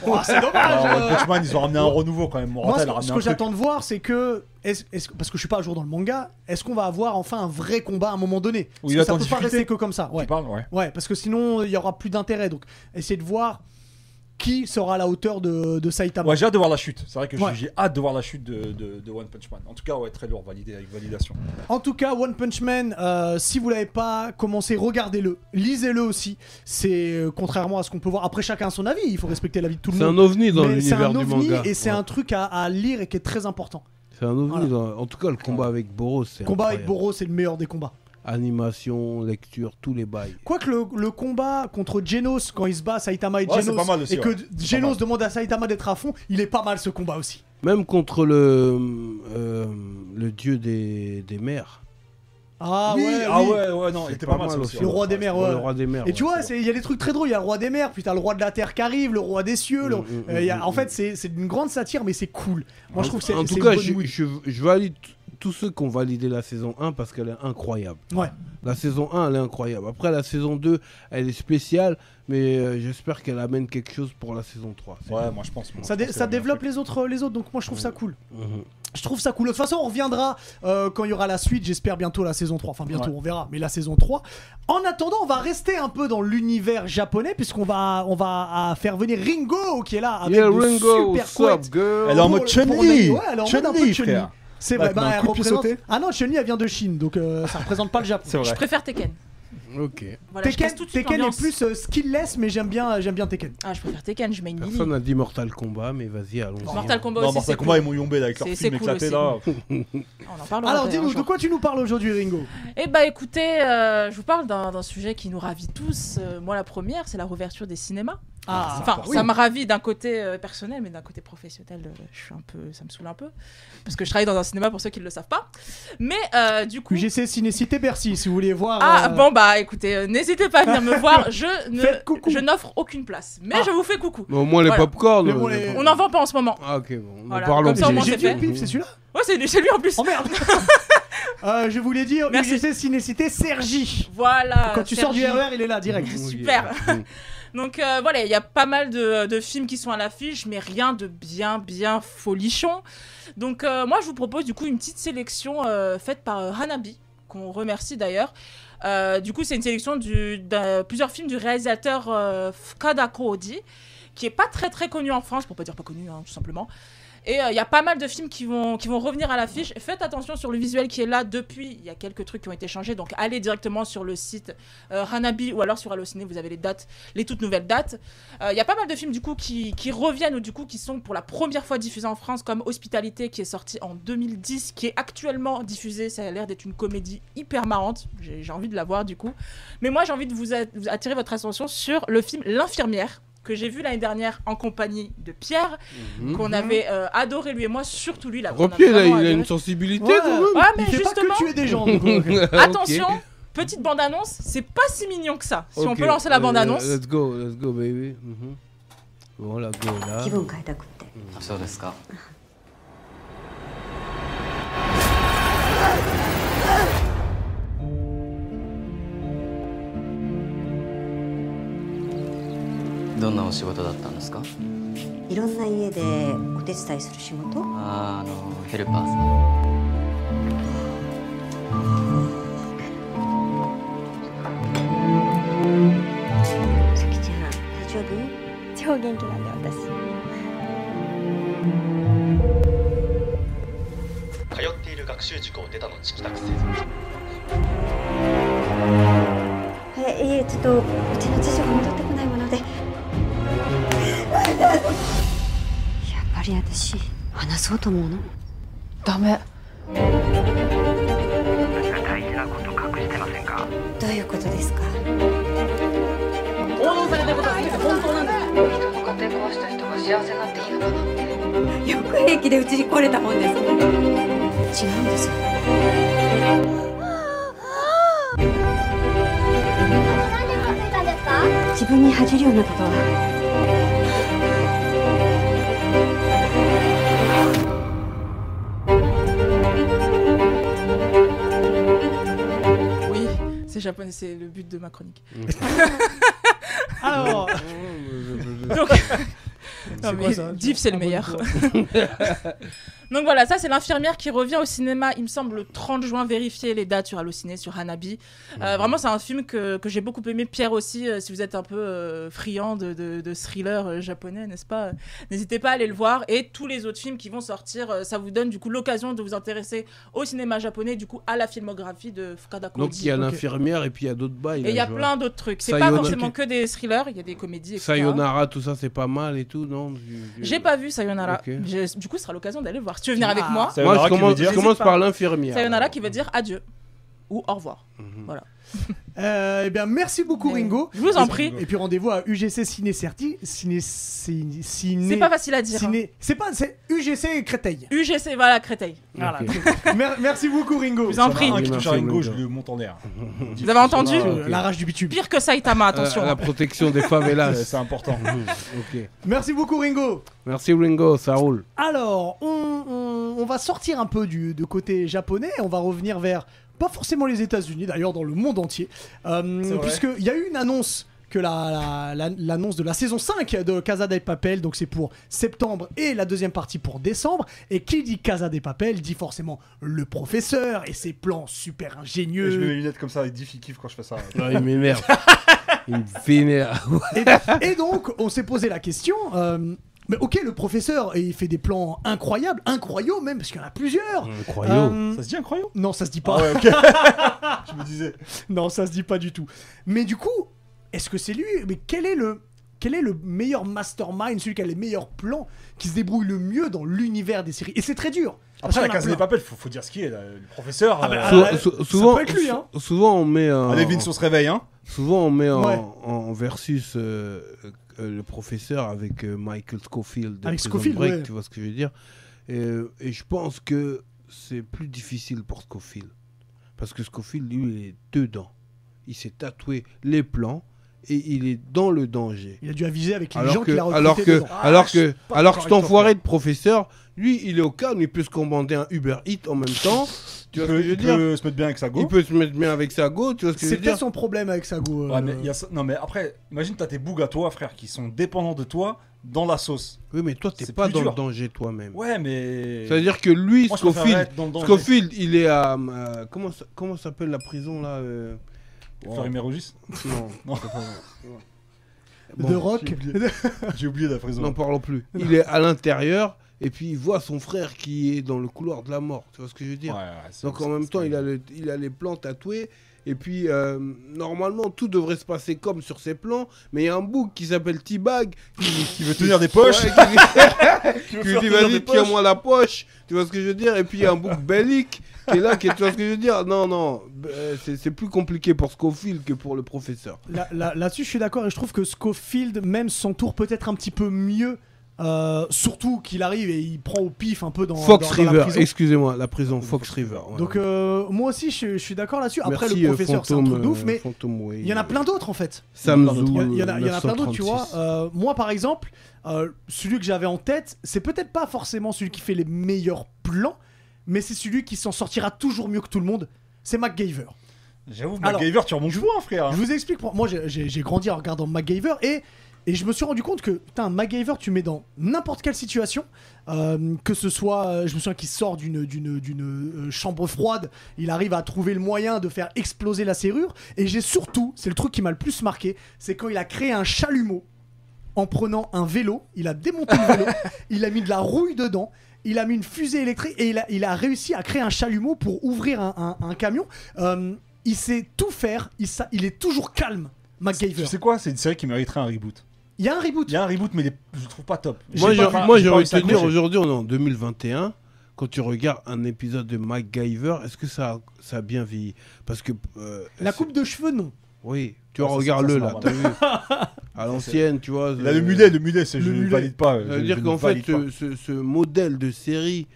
S1: Oh, c'est dommage.
S2: Alors,
S1: euh.
S2: One Punch Man, ils ont ramené un renouveau quand même.
S1: Moi, ce,
S2: Morata, elle
S1: que-
S2: a ramené
S1: ce
S2: un
S1: que
S2: truc.
S1: j'attends de voir, c'est que. est-ce- est-ce que- parce que je suis pas à jour dans le manga, est-ce qu'on va avoir enfin un vrai combat à un moment donné Parce
S2: il
S1: que ça
S2: attend
S1: peut pas
S2: difficulté.
S1: rester que comme ça. Ouais,
S2: Tu parles, ouais.
S1: ouais parce que sinon, il y aura plus d'intérêt. Donc, essayez de voir qui sera à la hauteur de, de Saitama.
S2: Ouais, j'ai hâte de voir la chute. C'est vrai que
S1: Ouais.
S2: j'ai hâte de voir la chute de, de- de One Punch Man. En tout cas, ouais, très lourd, validé avec validation.
S1: En tout cas, One Punch Man, euh, si vous l'avez pas commencé, regardez-le. Lisez-le aussi. C'est euh, contrairement à ce qu'on peut voir. Après, chacun a son avis. Il faut respecter l'avis de tout le
S3: C'est un
S1: monde.
S3: ovni dans
S1: Mais c'est
S3: l'univers
S1: un
S3: du
S1: ovni
S3: manga.
S1: et c'est
S3: Ouais.
S1: un truc à, à lire et qui est très important.
S3: C'est un ovni.
S1: Voilà.
S3: dans- En tout cas, le combat avec Boros, c'est
S1: Combat avec
S3: incroyable.
S1: Boros, c'est le meilleur des combats.
S3: Animation, lecture, tous les bails.
S1: Quoique le, le combat contre Genos, quand il se bat Saitama et
S2: Ouais, c'est
S1: Genos,
S2: pas mal aussi,
S1: et que
S2: ouais. C'est pas
S1: Genos
S2: mal.
S1: demande à Saitama d'être à fond, il est pas mal ce combat aussi.
S3: Même contre le, euh, le dieu des, des mers.
S1: Ah
S2: oui,
S1: ouais,
S2: ah
S1: oui.
S2: ouais, ouais, non, il était pas, mal, ça aussi.
S1: Le
S2: ouais.
S1: roi des mers, ouais.
S3: Le roi des mers.
S1: Et tu
S3: Ah ouais.
S1: vois, c'est- il y a des trucs très drôles. Il y a le roi des mers, puis t'as le roi de la terre qui arrive, le roi des cieux. le-
S3: Mm, mm,
S1: euh, il y a-
S3: mm,
S1: en
S3: mm.
S1: fait, c'est c'est une grande satire, mais c'est cool. Moi, je trouve que c'est
S3: En tout
S1: c'est
S3: cas,
S1: une
S3: je,
S1: bonne-
S3: je, je valide t- tous ceux qui ont validé la saison 1 parce qu'elle est incroyable.
S1: Ouais.
S3: La saison 1, elle est incroyable. Après, la saison 2, elle est spéciale, mais euh, j'espère qu'elle amène quelque chose pour la saison 3. C'est-
S2: Ouais, moi je pense. moi,
S1: Ça,
S2: je
S1: dé-
S2: pense que
S1: ça
S2: le meilleur
S1: développe
S2: truc.
S1: les autres, les autres, donc moi je trouve ça cool.
S3: Mhm.
S1: Je trouve ça cool. De toute façon, on reviendra euh, quand il y aura la suite, j'espère bientôt la saison 3. Enfin, bientôt,
S2: Ouais.
S1: on verra, mais la saison 3. En attendant, on va rester un peu dans l'univers japonais, puisqu'on va, on va à faire venir Ringo qui est là avec
S3: Yeah,
S1: de
S3: Ringo,
S1: super
S3: what's up,
S1: couettes.
S3: girl
S2: Elle est en
S1: Pour-
S2: mode
S1: pour
S2: Chun-Li.
S1: la- ouais, elle est en mode un peu
S2: Chun-Li,
S1: Chun-Li.
S2: frère.
S1: C'est
S2: Bah,
S1: vrai, bah,
S2: maintenant,
S1: elle
S2: coup de pied
S1: représente-
S2: sauté.
S1: Ah non, Chun-Li, elle vient de Chine, donc euh, ça représente pas le Japon.
S2: C'est vrai.
S4: Je préfère Tekken.
S3: Ok.
S4: Voilà, je
S1: Tekken,
S4: casse tout de suite
S1: Tekken est
S4: l'ambiance.
S1: plus euh, skillless, mais j'aime bien, j'aime bien Tekken.
S4: Ah, je préfère Tekken, je mets une
S3: Personne
S4: Lily.
S3: n'a dit Mortal Kombat, mais vas-y, allons-y.
S4: Mortal Kombat
S2: Non,
S4: aussi.
S2: Mortal
S4: c'est
S2: Kombat,
S4: cool.
S2: ils m'ont yombé là, avec leur
S4: C'est-
S2: film
S4: c'est cool
S2: éclaté
S4: aussi.
S2: là.
S4: On en parlera.
S1: Alors,
S4: après, un
S1: dis-nous, de
S4: jour.
S1: quoi tu nous parles aujourd'hui, Ringo
S4: Eh bah écoutez, euh, je vous parle d'un d'un sujet qui nous ravit tous. Euh, moi, la première, c'est la réouverture des cinémas.
S1: Ah,
S4: Enfin,
S1: oui.
S4: ça me ravit d'un côté euh, personnel, mais d'un côté professionnel, euh, je suis un peu, ça me saoule un peu, parce que je travaille dans un cinéma pour ceux qui ne le savent pas. Mais euh, du coup,
S1: UGC Cinécité Bercy, si vous voulez voir. euh,
S4: ah bon bah écoutez, euh, n'hésitez pas à venir me voir.
S1: <laughs>
S4: Je ne,
S1: Faites coucou.
S4: je n'offre aucune place, mais
S1: Ah.
S4: je vous fais coucou.
S3: Mais au moins les
S4: Voilà.
S3: popcorn.
S1: Mais bon,
S3: euh,
S1: les-
S3: pop-
S4: On n'en vend pas en ce moment.
S3: Ah, ok, bon.
S4: Voilà,
S3: on parle
S4: comme ça, au moins,
S1: J'ai
S4: c'est
S1: dit
S4: fait.
S1: le pif, c'est
S4: <laughs>
S1: celui-là
S4: Ouais, c'est c'est lui en plus.
S1: Oh
S4: <laughs>
S1: merde Euh, Je voulais dire
S4: Merci.
S1: UGC Cinécité Sergi.
S4: Voilà.
S1: Quand tu
S4: Sergi.
S1: sors du E RER, il est là direct.
S4: Mhm. Super. <laughs> Donc euh, voilà, il y a pas mal de, de films qui sont à l'affiche, mais rien de bien, bien folichon. Donc euh, moi, je vous propose du coup une petite sélection euh, faite par euh, Hanabi, qu'on remercie d'ailleurs. Euh, du coup, c'est une sélection du- d'un- plusieurs films du réalisateur euh, Fukada Kohodi, qui est pas très très connu en France, pour pas dire pas connu, hein, tout simplement. Et euh, il y a pas mal de films qui vont, qui vont revenir à l'affiche. Faites attention sur le visuel qui est là depuis. Il y a quelques trucs qui ont été changés. Donc allez directement sur le site euh, Hanabi ou alors sur Allociné, vous avez les dates les toutes nouvelles dates. Euh, Il y a pas mal de films du coup qui, qui reviennent ou du coup qui sont pour la première fois diffusés en France, comme Hospitalité qui est sorti en 2010, qui est actuellement diffusée. Ça a l'air d'être une comédie hyper marrante. J'ai j'ai envie de la voir du coup. Mais moi j'ai envie de vous, a- vous attirer votre attention sur le film L'infirmière que j'ai vu l'année dernière en compagnie de Pierre, qu'on avait euh, adoré lui et moi, surtout lui. Là, on a
S3: Repier, Mhm. là,
S4: vraiment
S3: il a
S4: adoré.
S3: une sensibilité
S1: Ouais.
S4: <laughs>
S3: quand
S4: Ouais, Ah, mais
S1: il fait
S4: justement,
S1: pas que tuer des gens.
S4: <laughs>
S1: donc, euh, ok.
S3: même.
S4: attention,
S3: Ok.
S4: petite bande-annonce, c'est pas si mignon que ça. Si on
S3: Ok, euh,
S4: peut lancer la
S3: allez,
S4: bande-annonce.
S3: Let's go, let's go, baby. Mhm. Bon, la go, là.
S5: 気分変えたくって
S6: そうですか
S5: どんなお仕事だったんですか
S6: いろんな家でお手伝いする仕事
S5: あーあのヘルパーさん
S6: さきちゃん大丈夫
S7: 超元気なんで私
S8: 通っている学習塾を出た後帰宅せず
S6: えいえちょっとうちの次女が戻ってこ <laughs> ないものでやっぱり私話そうと思うの
S7: ダメ
S6: どういうことですか
S9: 人の家庭壊した人が幸せなんて言うかな
S6: よく平気でうちに来れたもんですね違うんです自分に恥じるようなことは
S4: Oui, c'est japonais, c'est le but de ma chronique.
S1: Alors,
S4: Donc, non, mais
S1: quoi ça Ah,
S4: Div, c'est le meilleur. Donc voilà, ça c'est l'infirmière qui revient au cinéma, il me semble, le 30 juin. Vérifiez les dates sur Allociné, sur Hanabi. Euh, vraiment, c'est un film que, que j'ai beaucoup aimé. Pierre aussi, euh, si vous êtes un peu euh, friand de, de, de thriller euh, japonais, n'est-ce pas euh, N'hésitez pas à aller le voir. Et tous les autres films qui vont sortir, euh, ça vous donne du coup l'occasion de vous intéresser au cinéma japonais, du coup à la filmographie de Fukada
S3: <laughs> Donc il y
S4: Koji.
S3: a
S1: ok.
S3: l'infirmière et puis il y a d'autres bails.
S4: Et il y
S3: là,
S4: a
S3: je vois.
S4: plein d'autres trucs. C'est pas
S3: Sayonara.
S4: forcément que des thrillers, il y a des comédies, etc.
S3: Sayonara, tout ça, c'est pas mal et tout, non Je- je-
S4: hein. J'ai pas vu Sayonara.
S3: Ok.
S4: J'ai- Du coup, ce sera l'occasion d'aller le voir. Si tu veux venir avec
S1: Ah.
S4: moi,
S2: Ça veut
S3: Moi, je
S2: dire qu'il veut
S3: commence,
S2: dire-
S3: je commence
S4: N'hésite pas.
S3: par l'infirmière.
S4: Sayonara qui veut dire adieu ou au revoir.
S1: euh, eh bien, merci beaucoup,
S4: Mais-
S1: Ringo.
S4: Je vous en prie.
S1: Et puis rendez-vous à UGC Ciné Certi. Ciné. Ciné.
S4: C'est pas facile à dire.
S1: Ciné. C'est pas. C'est UGC Créteil.
S4: hein. UGC, voilà, Créteil. Voilà.
S3: Ok.
S1: Mer- merci beaucoup, Ringo.
S4: Je vous en
S2: Ça va,
S4: prie.
S2: Un qui touche à
S3: Merci,
S2: Ringo, je
S3: Ringo.
S2: le monte en l'air.
S4: Vous avez entendu
S3: Ah, ok.
S1: La rage du bitume.
S4: Pire que Saitama,
S3: Euh,
S4: attention.
S3: la protection des
S4: <laughs>
S2: C'est
S3: favelas.
S2: c'est important.
S3: ok.
S1: Merci beaucoup, Ringo.
S3: Merci Ringo, ça roule.
S1: Alors, on, on- on va sortir un peu du de côté japonais, on va revenir vers, pas forcément les États-Unis, d'ailleurs dans le monde entier,
S2: C'est
S1: euh,
S2: vrai.
S1: puisqu'il y a eu une annonce que la- la- la- l'annonce de la saison 5 de Casa de Papel, donc c'est pour septembre et la deuxième partie pour décembre, et qui dit Casa de Papel dit forcément le professeur et ses plans super
S2: Je mets mes
S1: ingénieux.
S2: lunettes comme ça, et Diff il kiffe quand je fais ça.
S3: il <laughs> m'énerve. il me vénère.
S1: Et, et donc, on s'est posé la question. euh, mais ok, le professeur, il fait des plans incroyables, incroyaux même, parce qu'il y en a plusieurs.
S3: Incroyable.
S1: Euh,
S2: Ça se dit incroyable
S1: Non, ça se dit pas.
S2: Mmh. Ah ouais, ok. je me disais.
S1: <laughs> Non, ça se dit pas du tout. Mais du coup, est-ce que c'est lui Mais quel est le quel est le meilleur mastermind, celui qui a les meilleurs plans, qui se débrouille le mieux dans l'univers des séries Et c'est très dur. parce
S2: Après, la
S1: qu'il y en a
S2: case des
S1: plein.
S2: papels, faut, faut dire ce qu'il est, là. le professeur.
S1: Ah, bah,
S2: euh,
S1: ah,
S3: Sou- sou-
S1: ça
S3: souvent,
S1: peut être lui, hein.
S3: sou- souvent on met en,
S2: Allez, Vince, on se réveille, hein.
S3: souvent on met en,
S1: Ouais.
S3: en versus euh, euh, le professeur avec euh, Michael Scofield. de
S1: Avec
S3: Prison
S1: Scofield,
S3: Break,
S1: ouais.
S3: tu vois ce que je veux dire. Et, euh, et je pense que c'est plus difficile pour Scofield parce que Scofield lui il est dedans. Il s'est tatoué les plans et il est dans le danger.
S1: Il a dû aviser avec les gens
S3: alors que,
S1: qu'il a recrutés.
S3: alors que,
S1: dedans. Ah,
S3: alors que,
S1: pas
S3: alors
S1: d'accord
S3: que cet
S1: avec toi,
S3: enfoiré de professeur, lui, il est au calme, il peut se commander un Uber Eats en même temps. Tu vois ce que je veux
S2: Il
S3: dire
S2: peut se mettre bien avec sa go.
S3: Il peut se mettre bien avec sa go, tu vois ce que je
S1: c'est
S3: veux
S1: peut-être
S3: dire
S1: son problème avec Sago. euh,
S2: Ouais, mais il y a ça- Non, mais après, imagine, t'as tes bougs à toi, frère, qui sont dépendants de toi dans la sauce.
S3: Oui, mais toi, t'es
S2: C'est
S3: pas
S2: plus
S3: dans
S2: dur.
S3: le danger toi-même.
S2: Ouais, mais.
S3: C'est-à-dire que lui,
S2: Moi, je préférerais
S3: Scofield,
S2: être dans le danger.
S3: Scofield, il est à. euh, comment ça- comment ça s'appelle la prison là euh,
S2: Wow. Ferry Mérogis
S3: Non,
S2: <laughs> Non.
S3: c'est pas vrai.
S1: de
S3: Bon,
S1: Rock. <laughs>
S2: J'ai oublié la prison.
S3: N'en parlons plus. Il est à l'intérieur et puis il voit son frère qui est dans le couloir de la mort. Tu vois ce que je veux dire
S2: Ouais, ouais, c'est-
S3: Donc en
S2: c'est-
S3: même
S2: c'est
S3: temps,
S2: pas
S3: il a, le- il a les plans tatoués. Et puis, euh, normalement, tout devrait se passer comme sur ses plans. Mais il y a un bouc qui s'appelle T-Bag. Qui,
S2: Qui veut tenir des poches.
S3: Ouais,
S2: <laughs>
S3: qui,
S2: Tu
S3: qui
S2: veux
S3: lui
S2: faire tenir
S3: dit,
S2: des
S3: vas-y,
S2: poches
S3: tiens-moi la poche. Tu vois ce que je veux dire Et puis, il y a un bouc bellique qui est là. Qui, est- tu vois ce que je veux dire Non, non. euh, c'est c'est plus compliqué pour Scofield que pour le professeur.
S1: Là- là- Là-dessus, je suis d'accord et je trouve que Scofield même s'entoure peut-être un petit peu mieux. euh, surtout qu'il arrive et il prend au pif un peu dans,
S3: Fox
S1: dans- dans la
S3: River.
S1: prison.
S3: Excusez-moi, la prison Fox River. ouais.
S1: Donc euh, moi aussi, je, je suis d'accord là-dessus. Après,
S3: Merci,
S1: le
S3: euh,
S1: professeur, c'est un truc
S3: Fantôme,
S1: de ouf,
S3: euh,
S1: mais
S3: Fantôme, oui,
S1: il y en a
S3: euh,
S1: plein d'autres en fait.
S3: Samzou,
S1: Il y, en a- il y en a plein d'autres, tu vois.
S3: 936.
S1: Euh, moi, par exemple, euh, celui que j'avais en tête, c'est peut-être pas forcément celui qui fait les meilleurs plans, mais c'est celui qui s'en sortira toujours mieux que tout le monde. C'est MacGyver.
S2: J'avoue,
S1: Alors-
S2: MacGyver, tu remontes loin, frère. hein.
S1: Je vous explique. pour- Moi, j'ai- j'ai j'ai grandi en regardant MacGyver et Et je me suis rendu compte que, putain, MacGyver, tu mets dans n'importe quelle situation, euh, que ce soit, euh, je me souviens qu'il sort d'une, d'une, d'une euh, chambre froide, il arrive à trouver le moyen de faire exploser la serrure. Et j'ai surtout, c'est le truc qui m'a le plus marqué, c'est quand il a créé un chalumeau en prenant un vélo, il a démonté le
S2: <laughs>
S1: vélo, il a mis de la rouille dedans, il a mis une fusée électrique et il a, il a réussi à créer un chalumeau pour ouvrir un, un- un camion. Euh, il sait tout faire, il, sa- il est toujours calme, MacGyver.
S2: Tu sais quoi C'est une série qui mériterait un reboot.
S1: Il y a un reboot.
S2: Il y a un reboot, mais il est- je le trouve pas top.
S3: Moi,
S2: J'ai
S3: j'ai
S2: pas- j'ai pas
S3: moi, j'ai envie de
S2: réussi à
S3: te dire,
S2: accrocher.
S3: aujourd'hui, on est en 2021. Quand tu regardes un épisode de MacGyver, est-ce que ça, ça a bien vieilli Parce que. euh,
S1: La
S3: c'est-
S1: coupe de cheveux, non.
S3: Oui, tu
S2: Ah,
S3: vois,
S2: ça, c'est-
S3: regarde-le
S2: ça,
S3: là,
S2: c'est
S3: t'as vu
S1: <laughs>
S3: À l'ancienne, tu vois.
S2: Il a
S3: euh,
S2: le mulet, le mulet, c'est
S3: le
S2: je ne
S3: mulet.
S2: valide pas.
S3: Ça
S2: je-
S3: veut dire
S2: je
S3: qu'en
S2: ne valide
S3: fait, euh, ce, ce- ce modèle de série,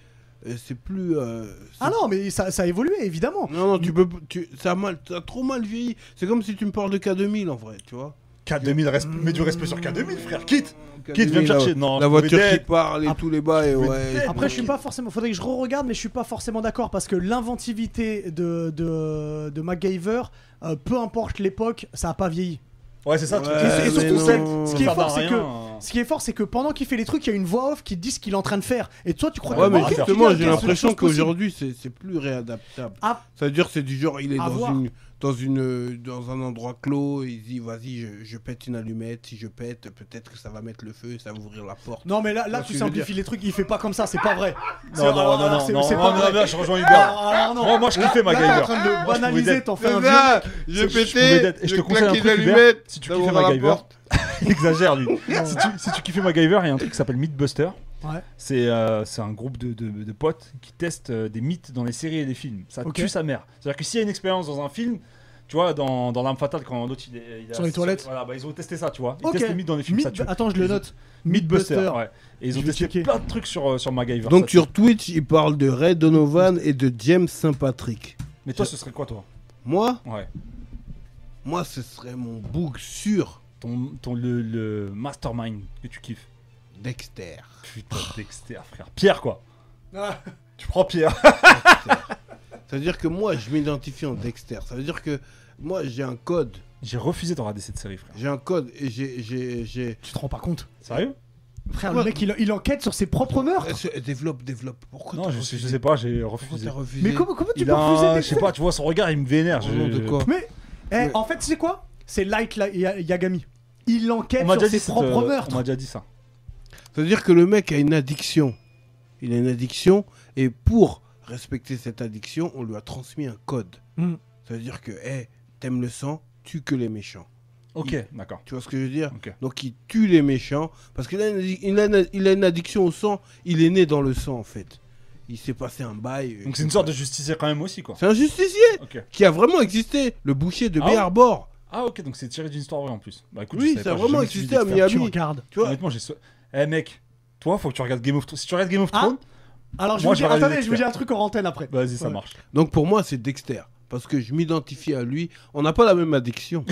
S3: euh, c'est plus. euh, c'est-
S1: Ah non, mais ça, ça a évolué, évidemment.
S3: Non, non, tu peux. Tu, ça, a mal, ça a trop mal vieilli. C'est comme si tu me parles de K2000 en vrai, tu vois.
S2: pas. K2000, resp-
S3: Hmm.
S2: mets du respect sur K2000, frère, quitte Quitte, viens me
S3: 2000, la-
S2: chercher. Non,
S3: La
S2: je
S3: voiture
S2: vais
S3: qui
S2: dead.
S3: parle et
S1: Ah,
S3: tous les bails,
S2: vais
S3: ouais.
S2: dead.
S1: Après, je suis pas forcément. Faudrait que je re-regarde, mais je suis pas forcément d'accord parce que l'inventivité de, de, de MacGyver, euh, peu importe l'époque, ça a pas vieilli.
S2: Ouais, c'est ça, le truc.
S3: Ouais,
S2: Et- et
S3: mais
S2: surtout
S3: non.
S2: celle
S1: Ce
S2: ça
S1: qui est
S2: sert
S1: fort,
S2: à
S1: c'est
S2: rien.
S1: que ce qui est fort, c'est que pendant qu'il fait les trucs, il y a une voix off qui dit ce qu'il est en train de faire. Et toi, tu crois
S3: Ouais,
S1: que
S3: mais
S2: Ah,
S1: Ok,
S3: justement,
S1: putain,
S3: j'ai
S1: qu'est-ce
S3: l'impression
S1: que c'est possible
S3: qu'aujourd'hui, c'est c'est plus réadaptable.
S1: Ah.
S3: C'est-à-dire, c'est du genre, il est
S1: À
S3: dans
S1: voir.
S3: une, dans une, euh, dans un endroit clos, il dit, vas-y, je, je pète une allumette, si je pète, peut-être que ça va mettre le feu, ça va ouvrir la porte.
S1: Non, mais là, là
S3: Parce
S1: tu
S3: que je veux
S1: simplifies les trucs. Il fait pas comme ça, c'est pas vrai. C'est-
S2: Non, non,
S1: alors,
S2: non,
S1: alors,
S2: non,
S1: c'est-
S2: non,
S1: c'est
S2: non,
S1: pas
S2: non,
S1: vrai.
S2: là, je rejoins Hubert.
S1: Alors, alors, non.
S2: Moi, moi, je kiffais
S1: Là, t'es en
S2: MacGyver.
S1: train de le
S2: Moi, je pouvais
S1: banaliser,
S2: d'être-
S1: t'en fais un vieux.
S3: ça,
S2: je pouvais d'être- et je te conseille un truc, Hubert, si tu
S3: ça
S2: kiffes
S3: ouvre la
S2: MacGyver,
S3: porte.
S2: Il <laughs> exagère,
S3: <laughs>
S2: lui. si, tu, si tu kiffes MacGyver, il y a un truc qui s'appelle Mythbuster.
S1: Ouais.
S2: C'est euh, c'est un groupe de, de- de potes qui testent euh, des mythes dans les séries et les films. Ça
S1: Ok.
S2: tue sa mère. C'est-à-dire que s'il y a une expérience dans un film, tu vois, dans, dans L'Arme Fatale, quand l'autre il, est- il a-
S1: Sur les toilettes.
S2: Voilà, bah, ils ont testé ça, tu vois. Ils
S1: Ok.
S2: testent les mythes dans les films, ça
S1: Myth-
S2: tue.
S1: Attends, je le note.
S2: Mythbuster, ouais. Et ils ont
S1: Je vais
S2: testé
S1: checker.
S2: plein de trucs sur, euh, sur MacGyver. ça
S3: Donc,
S2: tue.
S3: sur Twitch, il parle de Ray Donovan et de James Saint-Patrick.
S2: Mais toi, ce serait quoi, toi
S3: Moi,
S2: Ouais.
S3: moi, ce serait mon book sûr,
S2: Ton, ton, le, le mastermind que tu kiffes.
S3: Dexter.
S2: Putain, Dexter, frère. Pierre, quoi.
S3: Ah.
S2: Tu prends Pierre.
S3: C'est-à-dire que moi, je m'identifie en Dexter. Ça veut dire que moi, j'ai un code.
S2: J'ai refusé de regarder cette série, frère.
S3: J'ai un code et j'ai- j'ai. j'ai-
S1: Tu te rends pas compte,
S2: Sérieux
S1: frère.
S3: Ouais.
S1: Le mec, il, il enquête sur ses propres meurtres.
S3: Euh, Développe, développe. Pourquoi
S2: Non,
S3: t'as
S2: je, sais-
S3: refusé
S2: je sais pas, j'ai
S3: Pourquoi
S2: refusé.
S3: t'as refusé
S1: Mais comment, comment tu
S2: Il
S1: peux
S2: a
S1: refuser
S2: un-
S1: des
S2: je sais pas, tu vois, son regard, il me vénère.
S3: Au
S2: je-
S3: nom de quoi
S1: Mais eh,
S3: Ouais.
S1: en fait, c'est quoi C'est Light La- Ya- Yagami. Il enquête
S2: On m'a
S1: sur
S2: déjà
S1: ses
S2: dit cette,
S1: propres
S2: euh, On
S1: meurtres.
S2: m'a déjà dit ça.
S3: C'est-à-dire que le mec a une addiction. Il a une addiction et pour respecter cette addiction, on lui a transmis un code.
S1: Mm.
S3: C'est-à-dire que, hé, t'aimes le sang, tue que les méchants.
S2: Ok, d'accord.
S3: Tu vois ce que je veux dire
S2: Ok.
S3: Donc il tue les méchants parce qu'il a, une addi- il a une- il a une addiction au sang. Il est né dans le sang en fait. Il s'est passé un bail.
S2: Donc c'est une sorte de justicier quand même aussi, quoi.
S3: C'est un justicier
S2: Ok.
S3: qui a vraiment existé. Le boucher de
S2: Ah ouais
S3: Bay Harbor.
S2: Ah ok, donc c'est tiré d'une histoire vraie en plus. Bah écoute, je
S3: Oui,
S2: savais
S3: ça a
S2: pas, j'ai
S3: vraiment
S2: jamais suivi
S3: existé à
S2: d'extrait.
S1: Tu
S3: Miami.
S1: regardes.
S3: Tu vois,
S2: Honnêtement, j'ai... so- Eh mec, toi, faut que tu regardes Game of Thrones. Si tu regardes Game of
S1: Ah.
S2: Thrones,
S1: Alors, je
S2: Moi,
S1: vous
S2: je
S1: dis,
S2: regarde les
S1: attendez, je vous dis
S2: experts.
S1: un truc en antenne après.
S2: vas-y, ça
S1: Ouais.
S2: marche.
S3: Donc pour moi, c'est Dexter. Parce que je m'identifie à lui. On n'a pas la même addiction.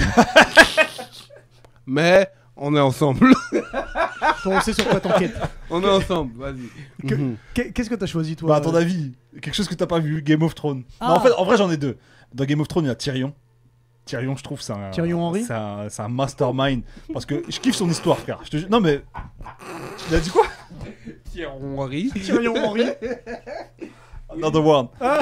S3: Mais on est ensemble.
S1: On sait sur quoi t'enquêtes.
S3: on est ensemble, vas-y.
S1: Que-
S3: Mhm.
S1: Qu'est- Qu'est-ce que t'as choisi, toi euh,
S2: Bah à ton avis, quelque chose que t'as pas vu, Game of Thrones.
S1: Ah.
S2: Non, en fait, en vrai, j'en ai deux. Dans Game of Thrones, il y a Tyrion. Tyrion, je trouve, c'est un.
S1: Tyrion Henry
S2: c'est un, c'est un mastermind. Parce que je kiffe son histoire, frère. Je te ju- Non, mais. Il a dit quoi
S1: Tyrion
S2: <laughs>
S1: Henry.
S2: Another one.
S1: Ah.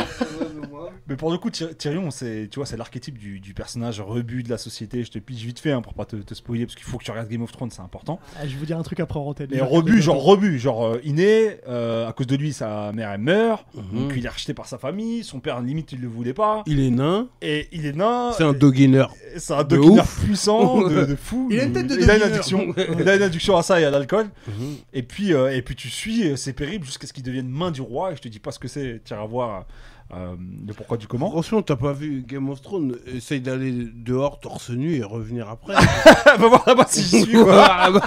S2: Mais pour le coup, Tyr- Tyrion, c'est tu vois, c'est l'archétype du, du personnage rebut de la société. Je te pitch vite fait hein, pour pas te, te spoiler parce qu'il faut que tu regardes Game of Thrones, c'est important.
S1: Ah, Je vais vous dire un truc après en antenne.
S2: Mais
S1: Je vais
S2: rebut,
S1: regarder.
S2: genre rebut, genre euh, inné. euh, à cause de lui, sa mère elle meurt. Donc il est rejeté par sa famille. Son père limite il le voulait pas.
S3: Il est nain.
S2: Et il est nain.
S3: C'est un doguiner.
S2: Ah, et C'est un
S3: de
S2: doguineur
S3: ouf. <laughs>
S2: puissant, de, de fou.
S1: Il a une tête de
S2: il a une
S1: doguineur. <laughs>
S2: addiction. il a une addiction à ça et à l'alcool.
S3: Mhm.
S2: Et puis, euh, et puis tu suis euh, ses périples jusqu'à ce qu'il devienne main du roi. Et je te dis pas ce que c'est. Tu à voir euh, le pourquoi du comment.
S3: Franchement, t'as pas vu Game of Thrones Essaye d'aller dehors torse nu et revenir après.
S2: <laughs> Va voir là-bas si j'y suis.
S3: <laughs>
S2: Quoi.
S3: Ah, bah.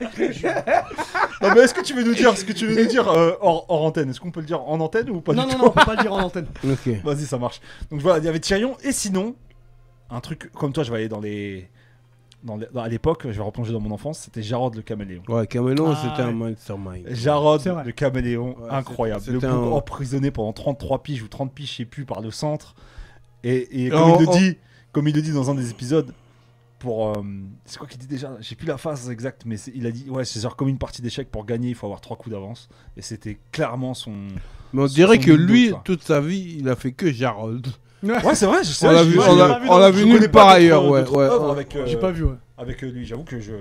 S2: Non, mais est-ce que tu veux nous dire ce que tu veux nous dire euh, hors, hors antenne Est-ce qu'on peut le dire en antenne ou pas
S1: Non,
S2: du
S1: non,
S2: tout
S1: non, on peut pas le dire en
S2: <laughs>
S1: antenne.
S3: ok.
S2: Vas-y, ça marche. Donc voilà, il y avait Tyrion. Et sinon, un truc comme toi, je vais aller dans les. Dans les- dans- à l'époque, je vais replonger dans mon enfance, c'était Jarod le caméléon.
S3: Ouais, Camelon,
S1: Ah,
S3: c'était un
S1: ouais.
S3: mastermind.
S2: Jarod
S1: C'est vrai.
S2: le caméléon,
S3: Ouais,
S2: incroyable.
S3: c'était-
S2: Le bouc
S3: c'était un-
S2: emprisonné pendant 33 piges ou 30 piges, je sais plus, par le centre. Et, et
S3: Et
S2: comme,
S3: en-
S2: il le
S3: en-
S2: dit, comme il le dit dans un des épisodes, pour. euh, c'est quoi qu'il dit déjà J'ai plus la phase exacte, mais c'est- il a dit ouais, c'est genre comme une partie d'échecs pour gagner, il faut avoir trois coups d'avance. Et c'était clairement son.
S3: Mais on
S2: Son
S3: dirait que
S2: window,
S3: lui,
S2: quoi.
S3: toute sa vie, il a fait que Jarod.
S2: Ouais, c'est vrai, je
S3: On l'a vu, on l'a- on l'a vu nulle part ailleurs, ouais, ouais.
S2: Avec, euh,
S1: J'ai pas vu, ouais.
S2: avec euh, lui, j'avoue que je.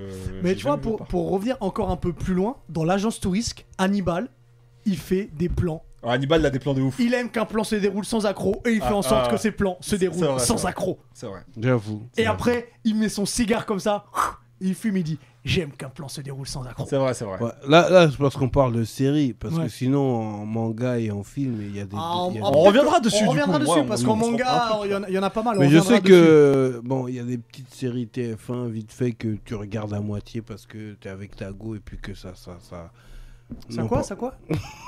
S1: Mais
S2: j'ai
S1: tu vois,
S2: jamais vu
S1: pour,
S2: nulle
S1: pour revenir encore un peu plus loin, dans l'agence touristique, Hannibal, il fait des plans.
S2: part. Ah, Hannibal, il a des plans de ouf.
S1: Il aime qu'un plan se déroule sans accroc et il fait
S2: Ah,
S1: en sorte
S2: ah,
S1: que ses plans se
S2: c'est-
S1: déroulent
S2: c'est vrai, c'est
S1: sans
S2: vrai.
S1: accroc.
S2: C'est vrai.
S3: J'avoue.
S1: Et après, il met son cigare comme ça, et il fume, il dit J'aime qu'un plan se déroule sans accroc.
S2: C'est vrai, c'est vrai.
S3: Ouais, Là, là c'est parce qu'on parle de série, parce
S1: Ouais.
S3: que sinon, en manga et en film, il y a des.
S1: Ah,
S3: il y a
S1: ah,
S3: des-
S2: On
S1: peut-être
S2: reviendra
S1: que-
S2: dessus, du
S1: On
S2: coup,
S1: reviendra
S2: ouais,
S1: dessus
S2: on-
S1: parce
S2: on
S1: qu'en
S2: s'en
S1: manga, il y, en a- il y en a pas mal. on
S3: Mais je
S1: reviendra
S3: sais
S1: dessus.
S3: que bon, il y a des petites séries TF1 vite fait que tu regardes à moitié parce que t'es avec ta go et puis que ça, ça, ça.
S1: Ça
S3: Non,
S1: quoi
S3: pas-
S1: Ça quoi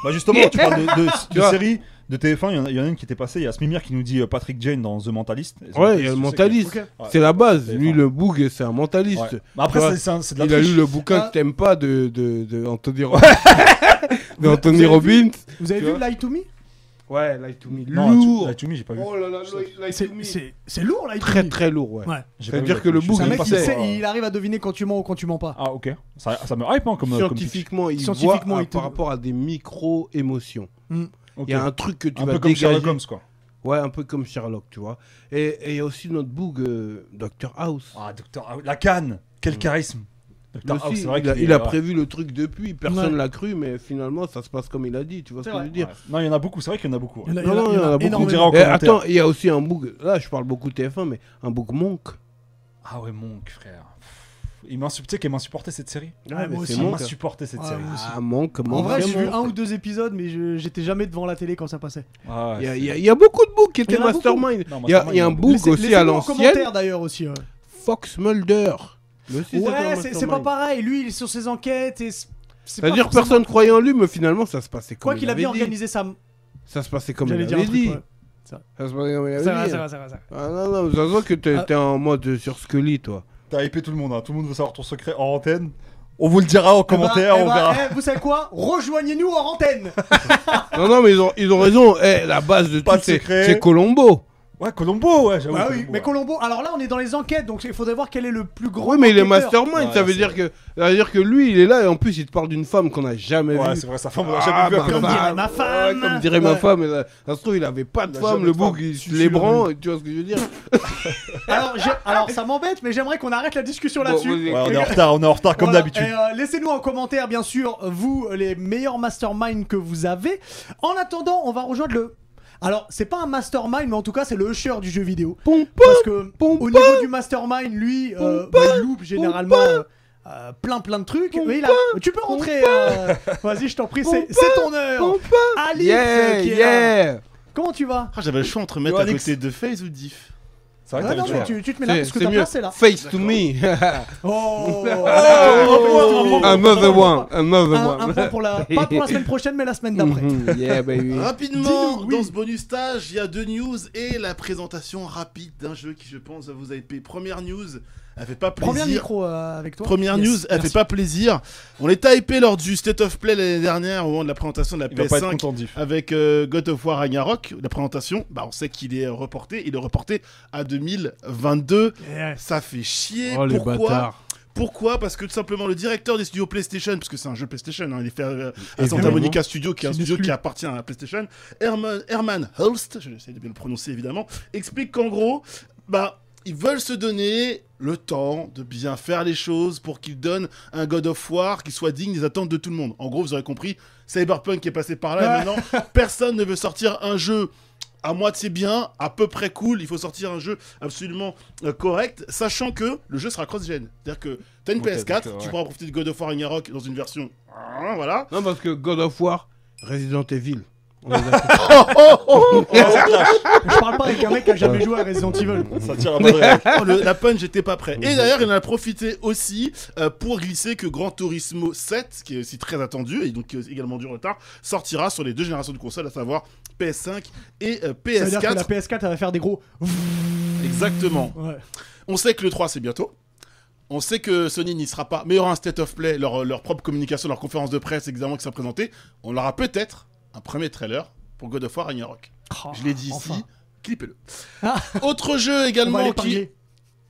S2: Bah justement, <laughs> tu parles de, de,
S3: Tu vois.
S2: série de TF1, il y en a- il y, en a une qui était passée, il y a Smimir qui nous dit euh, Patrick Jane dans The Mentalist. Et The
S3: Ouais, il y
S2: je
S3: a le
S2: sais
S3: mentaliste.
S1: Ok.
S2: Ouais.
S3: C'est la base.
S2: TF1.
S3: Lui, le boug, c'est un
S2: que-
S3: mentaliste.
S2: Ouais. Mais après,
S3: Tu vois,
S2: c'est- c'est un- c'est de la
S3: Il a
S2: triche.
S3: lu le bouquin
S1: Ah.
S3: que t'aimes pas de, de, de Anthony Robbins. <laughs> de Anthony
S1: vous avez vu
S3: Robbins.
S1: Vous avez
S3: Tu
S1: vu
S3: vois
S1: Lie to Me
S3: Ouais, Light to Me.
S2: Non,
S3: Lourd.
S2: la Tumi, j'ai pas vu.
S3: Oh là là, Light to
S1: C'est-
S3: Me.
S1: C'est c'est lourd, Lie to
S3: Très
S1: Me.
S3: très lourd, ouais.
S1: Ouais.
S2: J'ai
S3: Ça veut
S2: pas
S3: dire
S2: vu
S3: que
S2: la
S3: le
S2: Tumi,
S3: bouc,
S2: je
S1: C'est un
S2: sais même
S3: il
S1: mec
S2: pas
S1: qui
S2: si
S3: sait,
S2: c'est-
S1: sait, il arrive à deviner quand tu mens ou quand tu mens pas.
S2: Ah, ok. Ça, ça me hype hein, comme. euh, comme pitch.
S3: Scientifiquement, il
S1: Scientifiquement,
S3: voit
S1: il
S3: à-
S1: te-
S3: par rapport à des micro-émotions.
S2: Ok.
S3: Il y a un truc que tu
S2: Un
S3: vas
S2: peu comme
S3: dégager.
S2: Sherlock Holmes, quoi.
S3: Ouais, un peu comme Sherlock, tu vois. Et et il y a aussi notre boug, euh, Dr House.
S2: Ah, docteur. House, La canne Quel charisme Docteur
S3: Mm. Aussi,
S2: House, c'est vrai
S3: il a,
S2: qu'il est-
S3: il a
S2: ouais.
S3: prévu le truc depuis, personne
S1: Ouais.
S3: l'a cru, mais finalement ça se passe comme il a dit, tu vois
S1: C'est
S3: ce que je
S1: vrai.
S3: veux dire.
S2: Ouais. Non, il y en a beaucoup, c'est vrai qu'il y en a beaucoup. ouais.
S1: Il y en a-
S3: Non, non,
S1: il y en a
S3: beaucoup.
S2: On
S1: énormément.
S2: dira en
S3: Eh,
S2: commentaire.
S3: attends, il y a aussi un boug, là je parle beaucoup TF1, mais un boug Monk.
S2: Ah ouais, Monk, frère. Il m'a insupporté qu'elle m'a insupporté cette série.
S1: Ouais, moi
S3: Ah, c'est
S1: aussi.
S2: Il
S3: Monk.
S2: m'a supporté cette
S1: Ouais,
S2: série.
S1: moi aussi.
S3: Ah, Monk, Monk.
S1: En vrai, j'ai vu
S3: Monk.
S1: un ou deux épisodes, mais je- j'étais jamais devant la télé quand ça passait.
S2: Ah,
S3: Il y, a-
S2: c'est-
S3: il y a- il y a beaucoup de boucs qui étaient
S1: Il y en a beaucoup.
S3: mastermind.
S2: Non,
S3: Il
S2: Mastermind,
S3: y a, il y a un
S2: il y en a
S3: book
S1: Laissez-
S3: aussi
S1: laissez-nous
S3: à
S1: en
S3: l'ancienne,
S1: commentaire d'ailleurs aussi. ouais.
S3: Fox Mulder. Lui aussi, c'était un
S1: Ouais, c'est c'est pas
S3: mastermind.
S1: pareil. Lui, il est sur ses enquêtes et. c'est- c'est pas
S3: C'est-à-dire
S1: forcément-
S3: personne croyait en lui, mais finalement ça se passait comme
S1: Quoi qu'il a
S3: avait
S1: bien
S3: dit.
S1: organisé sa.
S3: Ça se passait comme il
S1: J'allais dire un
S3: avait
S1: truc.
S3: dit.
S1: ouais.
S3: Ça se passait comme il
S1: C'est vrai,
S3: avait
S1: c'est
S3: dit.
S1: vrai, c'est vrai, c'est vrai.
S3: Ah non, non, ça se voit que t'es
S1: Ah.
S3: t'es en mode sur Scully, toi.
S2: T'as hypé tout le monde, hein. tout le monde veut savoir ton secret en antenne. On vous le dira en commentaire,
S1: Eh ben-
S2: on
S1: eh ben,
S2: verra.
S1: eh, vous savez quoi Rejoignez-nous hors antenne
S3: Ah non, non, mais ils ont, ils ont raison. Eh, la base de
S2: Pas
S3: tout,
S2: de
S3: c'est
S2: secret.
S3: c'est Colombo.
S2: Ouais, Colombo, ouais, j'avoue.
S1: Bah oui,
S2: Columbo,
S1: mais
S2: ouais.
S1: Colombo, alors là on est dans les enquêtes, donc il faudrait voir quel est le plus gros.
S3: Oui, mais il est
S1: enquêteur.
S3: mastermind.
S2: Ouais,
S3: ça, veut
S2: c'est
S3: dire que, ça veut dire que lui, il est là et en plus, il te parle d'une femme qu'on n'a jamais
S2: Ouais,
S3: vue.
S2: c'est vrai, sa femme, on l'a
S3: Ah,
S2: jamais vu.
S3: bah,
S2: après.
S1: Comme
S3: bah,
S1: dirait ma
S3: ouais,
S1: femme.
S3: comme dirait ma
S1: Ouais.
S3: femme. Ça, ça se trouve, il avait pas de
S2: Il a
S3: femme.
S2: jamais
S3: Le
S2: de femme.
S3: bouc, il se
S2: Suffit,
S3: les
S2: le
S3: branle. Tu vois ce que je veux dire
S1: Alors, j'ai- alors, ça m'embête, mais j'aimerais qu'on arrête la discussion
S3: Bon,
S1: là-dessus.
S3: vas-y.
S2: Ouais, on est en retard, on est en retard comme
S1: Voilà,
S2: d'habitude.
S1: et, euh, Laissez-nous en commentaire, bien sûr, vous, les meilleurs masterminds que vous avez. En attendant, on va rejoindre le. Alors, c'est pas un mastermind, mais en tout cas, c'est le usher du jeu vidéo.
S3: Pom, pom.
S1: Parce que
S3: Pom,
S1: au niveau du mastermind, lui, euh, bah, il loupe généralement euh, euh, plein plein de trucs. Mais il a- Tu peux rentrer. euh, Vas-y, je t'en prie, c'est c'est ton heure.
S3: Pompa.
S1: Alix, euh,
S3: Yeah,
S1: qui est là.
S3: yeah.
S1: Comment tu vas
S10: Ah, j'avais le choix entre mettre
S2: Yo,
S10: à
S2: Alex.
S10: côté de FaZe ou Diff.
S2: C'est vrai,
S1: Ouais,
S2: t'avais
S1: non,
S2: du
S1: mais
S2: mal.
S1: tu, tu te mets là parce que
S3: C'est
S1: ta
S3: mieux.
S1: place est
S3: <laughs>
S1: là.
S3: Face to me. <laughs>
S1: Oh,
S2: Oh,
S3: Another one.
S1: un,
S3: Another
S1: un
S3: one.
S1: point pour la. Pas pour la semaine prochaine, mais la semaine d'après.
S3: Mhm, <laughs> Yeah, baby.
S10: Rapidement,
S1: Dis-nous, oui.
S10: dans ce bonus stage, il y a deux news et la présentation rapide d'un jeu qui, je pense, va vous a hypé. Première news, elle fait pas
S1: Première
S10: plaisir.
S1: micro euh, avec toi.
S10: Première
S1: Yes,
S10: news, elle
S1: merci.
S10: fait pas plaisir. On était hypé lors du State of Play l'année dernière au moment de la présentation de la
S2: Il va pas être
S10: PS5
S2: content, Diff.
S10: avec euh, God of War Ragnarok. La présentation, bah, on sait qu'il est reporté. Il est reporté à 2022.
S1: Yes.
S10: Ça fait chier.
S3: Oh, les
S10: Pourquoi
S3: bâtards.
S10: Pourquoi Parce que tout simplement le directeur des studios PlayStation, parce que c'est un jeu PlayStation, hein, il est fait euh, à
S3: Évidemment.
S10: Santa Monica Studio, qui est un
S1: C'est
S10: studio
S1: exclu.
S10: qui appartient à la PlayStation, Herman, Herman Hulst, je vais essayer de bien le prononcer évidemment, explique qu'en gros, bah, ils veulent se donner le temps de bien faire les choses pour qu'ils donnent un God of War qui soit digne des attentes de tout le monde. En gros, vous aurez compris, Cyberpunk est passé par là et maintenant, personne ne veut sortir un jeu à moitié bien, à peu près cool. Il faut sortir un jeu absolument euh, correct, sachant que le jeu sera cross-gen. C'est-à-dire que t'as une
S2: Ok,
S10: PS4,
S2: d'accord,
S10: tu
S2: ouais.
S10: pourras profiter de God of War Ragnarok dans une version. Ah, Voilà.
S3: Non, parce que God of War, Resident Evil. On est d'accord.
S1: Eh, Je parle pas avec un mec qui a jamais joué à Resident Evil.
S10: <laughs>
S2: Ça tire à pas de réel.
S10: Oh, le- la punch j'étais pas prêt. Et d'ailleurs, il en a profité aussi euh, pour glisser que Gran Turismo 7, qui est aussi très attendu et donc qui est également du retard, sortira sur les deux générations de consoles, à savoir PS5 et euh,
S1: Ça veut dire que la
S10: PS4.
S1: PS4 elle va faire des gros.
S10: Exactement.
S1: Ouais.
S10: On sait que le 3 c'est bientôt. On sait que Sony n'y sera pas, mais il y aura un state of play, leur, leur propre communication, leur conférence de presse, examen qui sera présenté. On aura peut-être un premier trailer pour God of War Ragnarok.
S1: Oh,
S10: Je l'ai dit
S1: enfin.
S10: ici, clippez-le.
S1: Ah.
S10: Autre jeu
S1: On va
S10: également qui.
S1: l'épargner.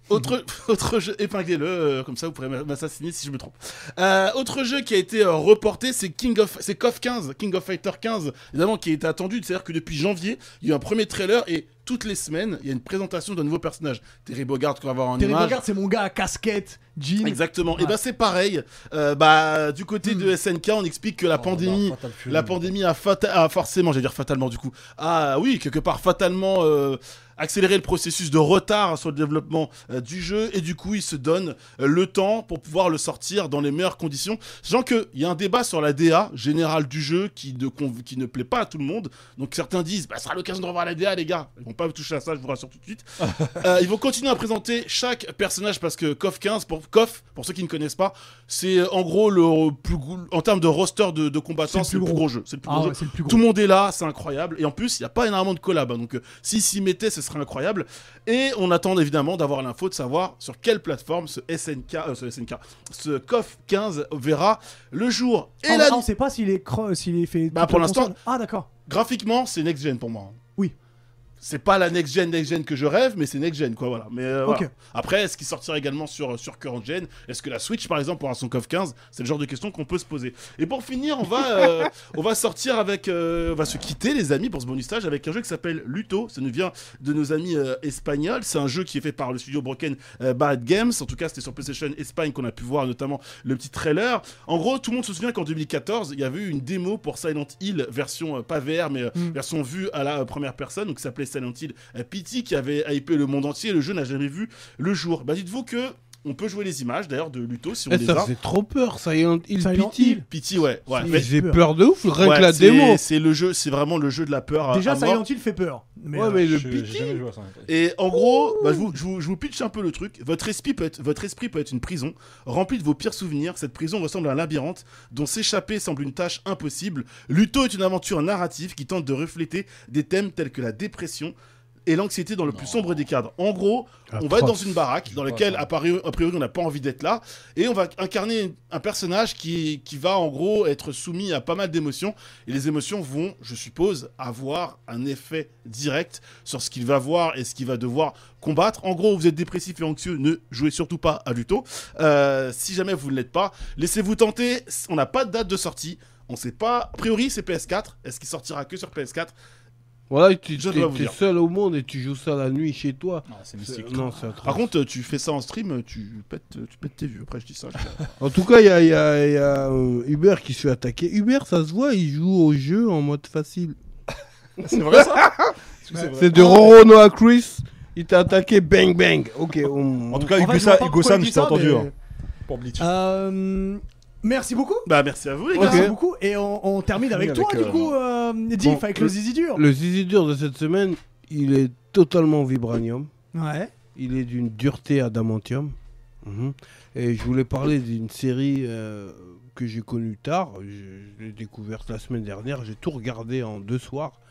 S10: Autre, <laughs> autre jeu, épinglez-le, euh, comme ça vous pourrez m'a- m'assassiner si je me trompe. Euh, autre jeu qui a été euh, reporté, c'est King of, c'est KOF 15, King of Fighter 15, évidemment qui était attendu, c'est-à-dire que depuis janvier, il y a eu un premier trailer et toutes les semaines, il y a une présentation d'un nouveau personnage. Terry Bogard qu'on va voir en
S1: Terry
S10: image.
S1: Bogard, c'est mon gars à casquette, jean.
S10: Exactement. Et
S1: Ouais.
S10: bah c'est pareil. Euh, bah du côté de SNK, on explique que la pandémie,
S11: Fatal Fury.
S10: la pandémie a, fata- a forcément, j'allais dire fatalement du coup, ah oui quelque part fatalement euh, accéléré le processus de retard sur le développement euh, du jeu et du coup il se donne euh, le temps pour pouvoir le sortir dans les meilleures conditions. Sachant que il y a un débat sur la DA générale du jeu qui ne conv- qui ne plaît pas à tout le monde. Donc certains disent bah ce sera l'occasion de revoir la DA les gars. Ils vont pas toucher à ça, je vous rassure tout de <laughs> suite. Euh, ils vont continuer à présenter chaque personnage parce que KOF 15, pour KOF, pour ceux qui ne connaissent pas, c'est euh, en gros le plus gros- en termes de roster de, de combattants, c'est le, plus gros jeu. C'est le plus
S1: Ah
S10: gros
S1: ouais,
S10: jeu.
S1: c'est le plus gros.
S10: Tout le monde est là, c'est incroyable. Et en plus, il n'y a pas énormément de collabs. hein, donc, euh, s'ils s'y mettaient, ce serait incroyable. Et on attend évidemment d'avoir l'info de savoir sur quelle plateforme ce SNK, euh, ce SNK, ce KOF 15 verra le jour et
S1: Ah,
S10: la
S1: ah, on sait pas s'il est cro- s'il est fait.
S10: Bah, pour
S1: toute la
S10: l'instant-
S1: console. Ah d'accord.
S10: graphiquement, c'est next gen pour moi. hein.
S1: Oui.
S10: C'est pas la next gen next gen que je rêve, mais c'est next gen quoi voilà. Mais euh,
S1: Ok.
S10: voilà. après, est-ce qu'il sortira également sur euh, sur current gen Est-ce que la Switch par exemple aura son CoF 15 C'est le genre de question qu'on peut se poser. Et pour finir, on va euh, <laughs> on va sortir avec euh, on va se quitter les amis pour ce bonus stage avec un jeu qui s'appelle Luto. Ça nous vient de nos amis euh, espagnols. C'est un jeu qui est fait par le studio Broken euh, Bad Games. En tout cas, c'était sur PlayStation Espagne qu'on a pu voir notamment le petit trailer. En gros, tout le monde se souvient qu'en 2014, il y avait eu une démo pour Silent Hill version euh, pas VR mais euh, version vue à la euh, première personne, donc qui s'appelait Silent Hill euh, Pity, qui avait hypé le monde entier. Le jeu n'a jamais vu le jour. Bah dites-vous que on peut jouer les images d'ailleurs de Luto si on
S3: Eh,
S10: les
S3: ça
S10: a.
S3: faisait trop peur, Silent Hill
S1: Silent
S3: Pity.
S1: Hill.
S10: Pity, ouais, ouais.
S1: C'est-
S10: Mais-
S3: J'ai
S1: peur.
S3: peur de ouf, rien
S10: ouais,
S3: que la
S10: c'est-
S3: démo.
S10: c'est le jeu, c'est vraiment le jeu de la peur. euh,
S1: Déjà
S10: à mort.
S1: Silent Hill fait peur. Mais,
S3: Ouais,
S1: euh,
S3: mais le
S2: Je- j'ai
S3: pity.
S2: jamais joué à ça.
S10: Et en gros, bah, je, vous, je vous- je vous pitch un peu le truc. Votre esprit, peut être, votre esprit peut être une prison remplie de vos pires souvenirs. Cette prison ressemble à un labyrinthe dont s'échapper semble une tâche impossible. Luto est une aventure narrative qui tente de refléter des thèmes tels que la dépression et l'anxiété dans le plus sombre des cadres. En gros,
S3: Ah,
S10: on va être
S3: prof.
S10: dans une baraque dans laquelle, a priori, a priori, on n'a pas envie d'être là, et on va incarner un personnage qui, qui va en gros être soumis à pas mal d'émotions, et les émotions vont, je suppose, avoir un effet direct sur ce qu'il va voir et ce qu'il va devoir combattre. En gros, vous êtes dépressif et anxieux, ne jouez surtout pas à Luto. Euh, si jamais vous ne l'êtes pas, laissez-vous tenter, on n'a pas de date de sortie, on sait pas, a priori c'est PS4, est-ce qu'il sortira que sur PS4
S3: Voilà, tu
S10: Je
S3: t'es
S10: dois vous
S3: t'es
S10: dire.
S3: seul au monde et tu joues ça la nuit chez toi.
S2: Non, c'est
S3: C'est-
S2: mystique.
S3: Non, c'est
S10: Par
S3: atroce.
S10: contre, tu fais ça en stream, tu pètes, tu pètes tes vues, après je dis ça. je-
S3: En tout cas, il y a, il y a- il y a, euh, Hubert qui se fait attaquer. Hubert, ça se voit, il joue au jeu en mode
S10: <laughs>
S3: facile.
S2: C'est vrai
S3: <laughs>
S2: ça
S3: C'est
S10: Ah
S3: de Roro Noah Chris. Il t'a attaqué, bang bang. Ok, on...
S2: En tout cas,
S1: en fait, je vois pas
S2: Hugo
S1: pourquoi il
S2: Sam,
S1: dit
S2: je t'ai
S1: ça,
S2: entendu.
S1: mais-
S2: hein, Pour Bleach.
S10: hein.
S1: Euh, Merci beaucoup.
S10: Bah merci à vous les gars.
S3: Ok.
S1: Merci beaucoup. Et on, on termine avec,
S3: Avec,
S1: toi,
S3: euh,
S1: du coup, euh, Diff, avec le
S3: le-
S1: zizi dur.
S3: le zizi dur de cette semaine, il est totalement vibranium.
S1: Ouais.
S3: Il est d'une dureté adamantium. Mhm. Et je voulais parler d'une série euh, que j'ai connue tard. Je, je l'ai découverte la semaine dernière. J'ai tout regardé en deux soirs.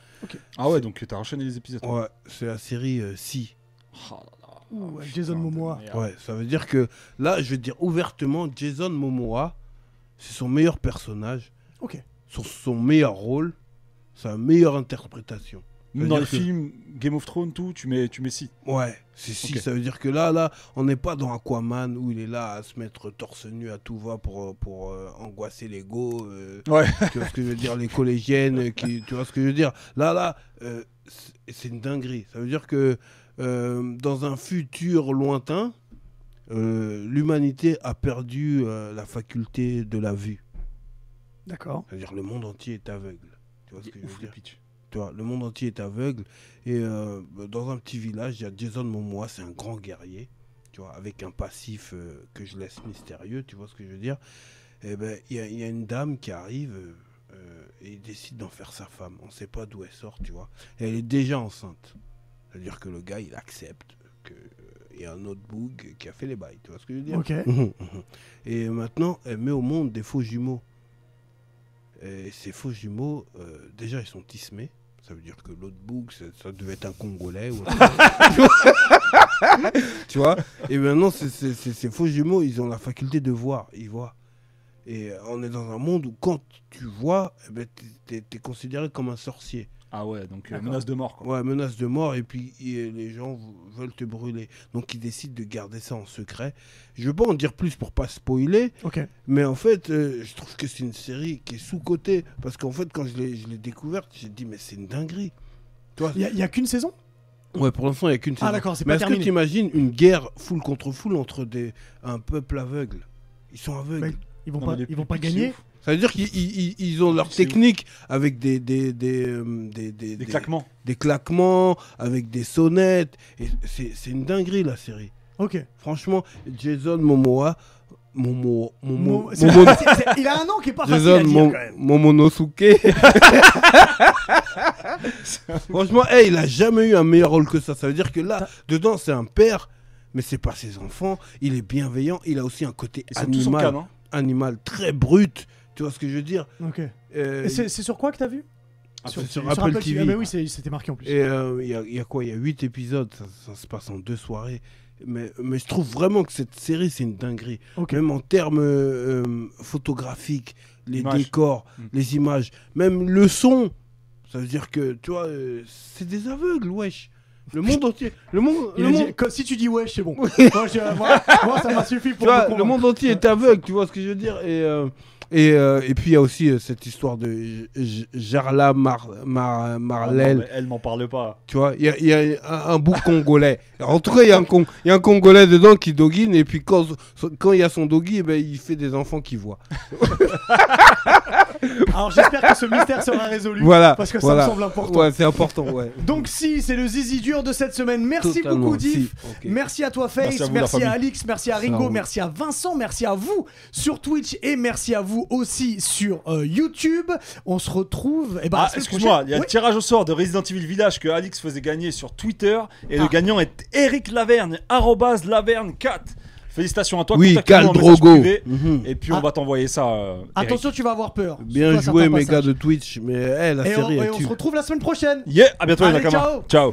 S2: Ah ouais, donc t'as enchaîné les épisodes.
S3: Ouais, c'est la série euh, Si.
S2: Oh là là.
S1: Ouh, avec
S2: Putain,
S1: Jason
S2: de
S1: Momoa.
S2: merde.
S3: Ouais, ça veut dire que là, je vais dire ouvertement, Jason Momoa, c'est son meilleur personnage.
S1: Ok.
S3: Sur son meilleur rôle, sa meilleure interprétation.
S2: Même dans les
S3: C'est-à-dire que-
S2: films, Game of Thrones, tout, tu mets, tu mets si.
S3: Ouais, c'est si.
S2: Ok.
S3: Ça veut dire que là, là, on n'est pas dans Aquaman où il est là à se mettre torse nu à tout va pour, euh, pour euh, angoisser les go. euh,
S2: Ouais.
S3: tu vois ce que je veux dire Les
S2: <laughs>
S3: collégiennes, euh, qui, tu vois ce que je veux dire Là, là, euh, c'est- c'est une dinguerie. Ça veut dire que euh, dans un futur lointain, euh, l'humanité a perdu euh, la faculté de la vue.
S1: D'accord.
S3: C'est-à-dire le monde entier est aveugle. Tu vois ce que je veux
S2: Ouf, le
S3: dire
S2: pitch.
S3: tu vois, le monde entier est aveugle. Et euh, dans un petit village, il y a Jason Momoa, c'est un grand guerrier, tu vois, avec un passif euh, que je laisse mystérieux, tu vois ce que je veux dire. Et ben, il y, a- il y a une dame qui arrive euh, euh, et il décide d'en faire sa femme. On ne sait pas d'où elle sort, tu vois. Et elle est déjà enceinte. C'est-à-dire que le gars, il accepte qu'il y a un autre boug qui a fait les bails, tu vois ce que je veux dire.
S1: Ok.
S3: Mhm, mhm. Et maintenant, elle met au monde des faux jumeaux. Et ces faux jumeaux, euh, déjà, ils sont tismés. Ça veut dire que l'autre bouc, ça, ça devait être un Congolais. ou autre chose. tu vois Et maintenant, ces- ces- ces ces faux jumeaux, ils ont la faculté de voir. Ils voient. Et euh, on est dans un monde où quand tu vois, eh ben, t'es- t'es es considéré comme un sorcier.
S2: Ah ouais, donc euh, menace de mort. Quoi.
S3: Ouais, menace de mort, et puis et les gens vou- veulent te brûler. Donc ils décident de garder ça en secret. Je veux pas en dire plus pour pas spoiler,
S1: Ok.
S3: mais en fait, euh, je trouve que c'est une série qui est sous-cotée. Parce qu'en fait, quand je l'ai je l'ai découverte, j'ai dit, mais c'est une dinguerie. Toi,
S1: Il n'y a, qu'une saison
S3: ouais, pour l'instant, il n'y a qu'une
S1: Ah
S3: saison.
S1: d'accord, c'est
S3: Mais
S1: pas
S3: est-ce que
S1: terminé.
S3: tu imagines une guerre foule contre foule entre des, un peuple aveugle Ils sont aveugles.
S1: Mais- Ils vont
S2: Non,
S1: pas,
S2: mais les
S1: ils vont pas
S2: pics, c'est
S1: gagner.
S2: ouf.
S3: Ça veut dire qu'ils ils- ils- ils ont leur
S2: C'est ouf.
S3: technique avec des, des, des, euh, des, des-
S2: Des
S3: des-
S2: claquements.
S3: des claquements, avec des sonnettes. Et c'est c'est une dinguerie la série.
S1: Ok.
S3: Franchement, Jason Momoa, Momo, Momo,
S1: Mo- c'est-
S3: Momo-
S1: c'est- c'est- il a un nom qui est pas facile à
S3: Jason
S1: dire
S3: Mo-
S1: quand même.
S3: Momonosuke. Franchement, hey, il a jamais eu un meilleur rôle que ça. Ça veut dire que là, dedans, c'est un père, mais c'est pas ses enfants. Il est bienveillant. Il a aussi un côté
S2: Ils sont tous en
S3: animal,
S2: canne. Hein.
S3: animal très brut. Tu vois ce que je veux dire
S1: Ok.
S3: Euh,
S1: Et c'est c'est sur quoi que t'as vu
S2: Ah,
S3: sur-
S2: c'est-
S3: sur-
S2: c'est-
S3: Apple TV.
S1: Ah, mais oui, c'est- c'était marqué en plus.
S3: Et euh, il y, a- il y a quoi Il y a 8 épisodes, ça, ça se passe en deux soirées. Mais, mais je trouve vraiment que cette série, c'est une dinguerie.
S1: Ok.
S3: Même en termes euh, euh, photographiques, les
S2: Images.
S3: décors,
S2: Mm.
S3: les images, même le son. Ça veut dire que, tu vois, euh, c'est des aveugles, wesh. Le monde entier. Le monde,
S1: Il
S3: le
S1: a dit-
S3: monde,
S1: comme- si tu dis ouais, c'est bon. moi, je- moi- moi, ça m'a suffi
S3: tu
S1: pour
S3: vois,
S1: me
S3: le monde
S1: convaincre.
S3: entier est aveugle, tu vois ce que je veux dire Et, euh, et, euh, et puis, il y a aussi euh, cette histoire de J- J- Jarla Mar- Mar-
S2: Ah, non,
S3: Marlel.
S2: mais Elle m'en parle pas.
S3: Tu vois, il y a, il y a un, un bout congolais. En tout cas, il y, a un con- il y a un congolais dedans qui doguine, et puis quand son- quand il y a son doggy, eh ben, il fait des enfants qui voient.
S1: Alors j'espère que ce mystère sera résolu.
S3: Voilà.
S1: Parce que ça
S3: voilà.
S1: me semble important.
S3: Ouais, c'est important, ouais.
S1: Donc si, c'est le zizi dur de cette semaine. Merci
S3: Totalement,
S1: beaucoup Diff.
S3: si, ok.
S1: Merci à toi Face, merci
S2: Merci à
S1: à,
S2: vous, la famille.
S1: Alix, merci à
S3: Ça
S1: Ringo,
S3: roule.
S1: merci à Vincent, merci à vous sur Twitch et merci à vous aussi sur euh, YouTube. On se retrouve. eh ben, Et
S2: Ah, excuse-moi, il y a le tirage au sort de Resident Evil Village que Alix faisait gagner sur Twitter. Et le gagnant est Eric Laverne, arrobase Laverne4. Félicitations à hein, toi.
S3: Oui,
S2: contacte-nous
S3: Cal
S2: en message
S3: Drogo.
S2: privé,
S3: Mhm.
S2: Et puis on
S1: Ah.
S2: va t'envoyer ça. euh, Eric.
S1: Attention, tu vas avoir peur.
S3: Bien
S1: Toi,
S3: joué,
S1: certains
S3: mes gars
S1: passages.
S3: de Twitch, mais eh, la
S1: Et on-
S3: série,
S1: et
S3: elle
S1: on
S3: tue.
S1: se retrouve la semaine prochaine.
S2: Yeah, à bientôt les
S1: Allez,
S2: Nakamas.
S1: ciao.
S2: ciao.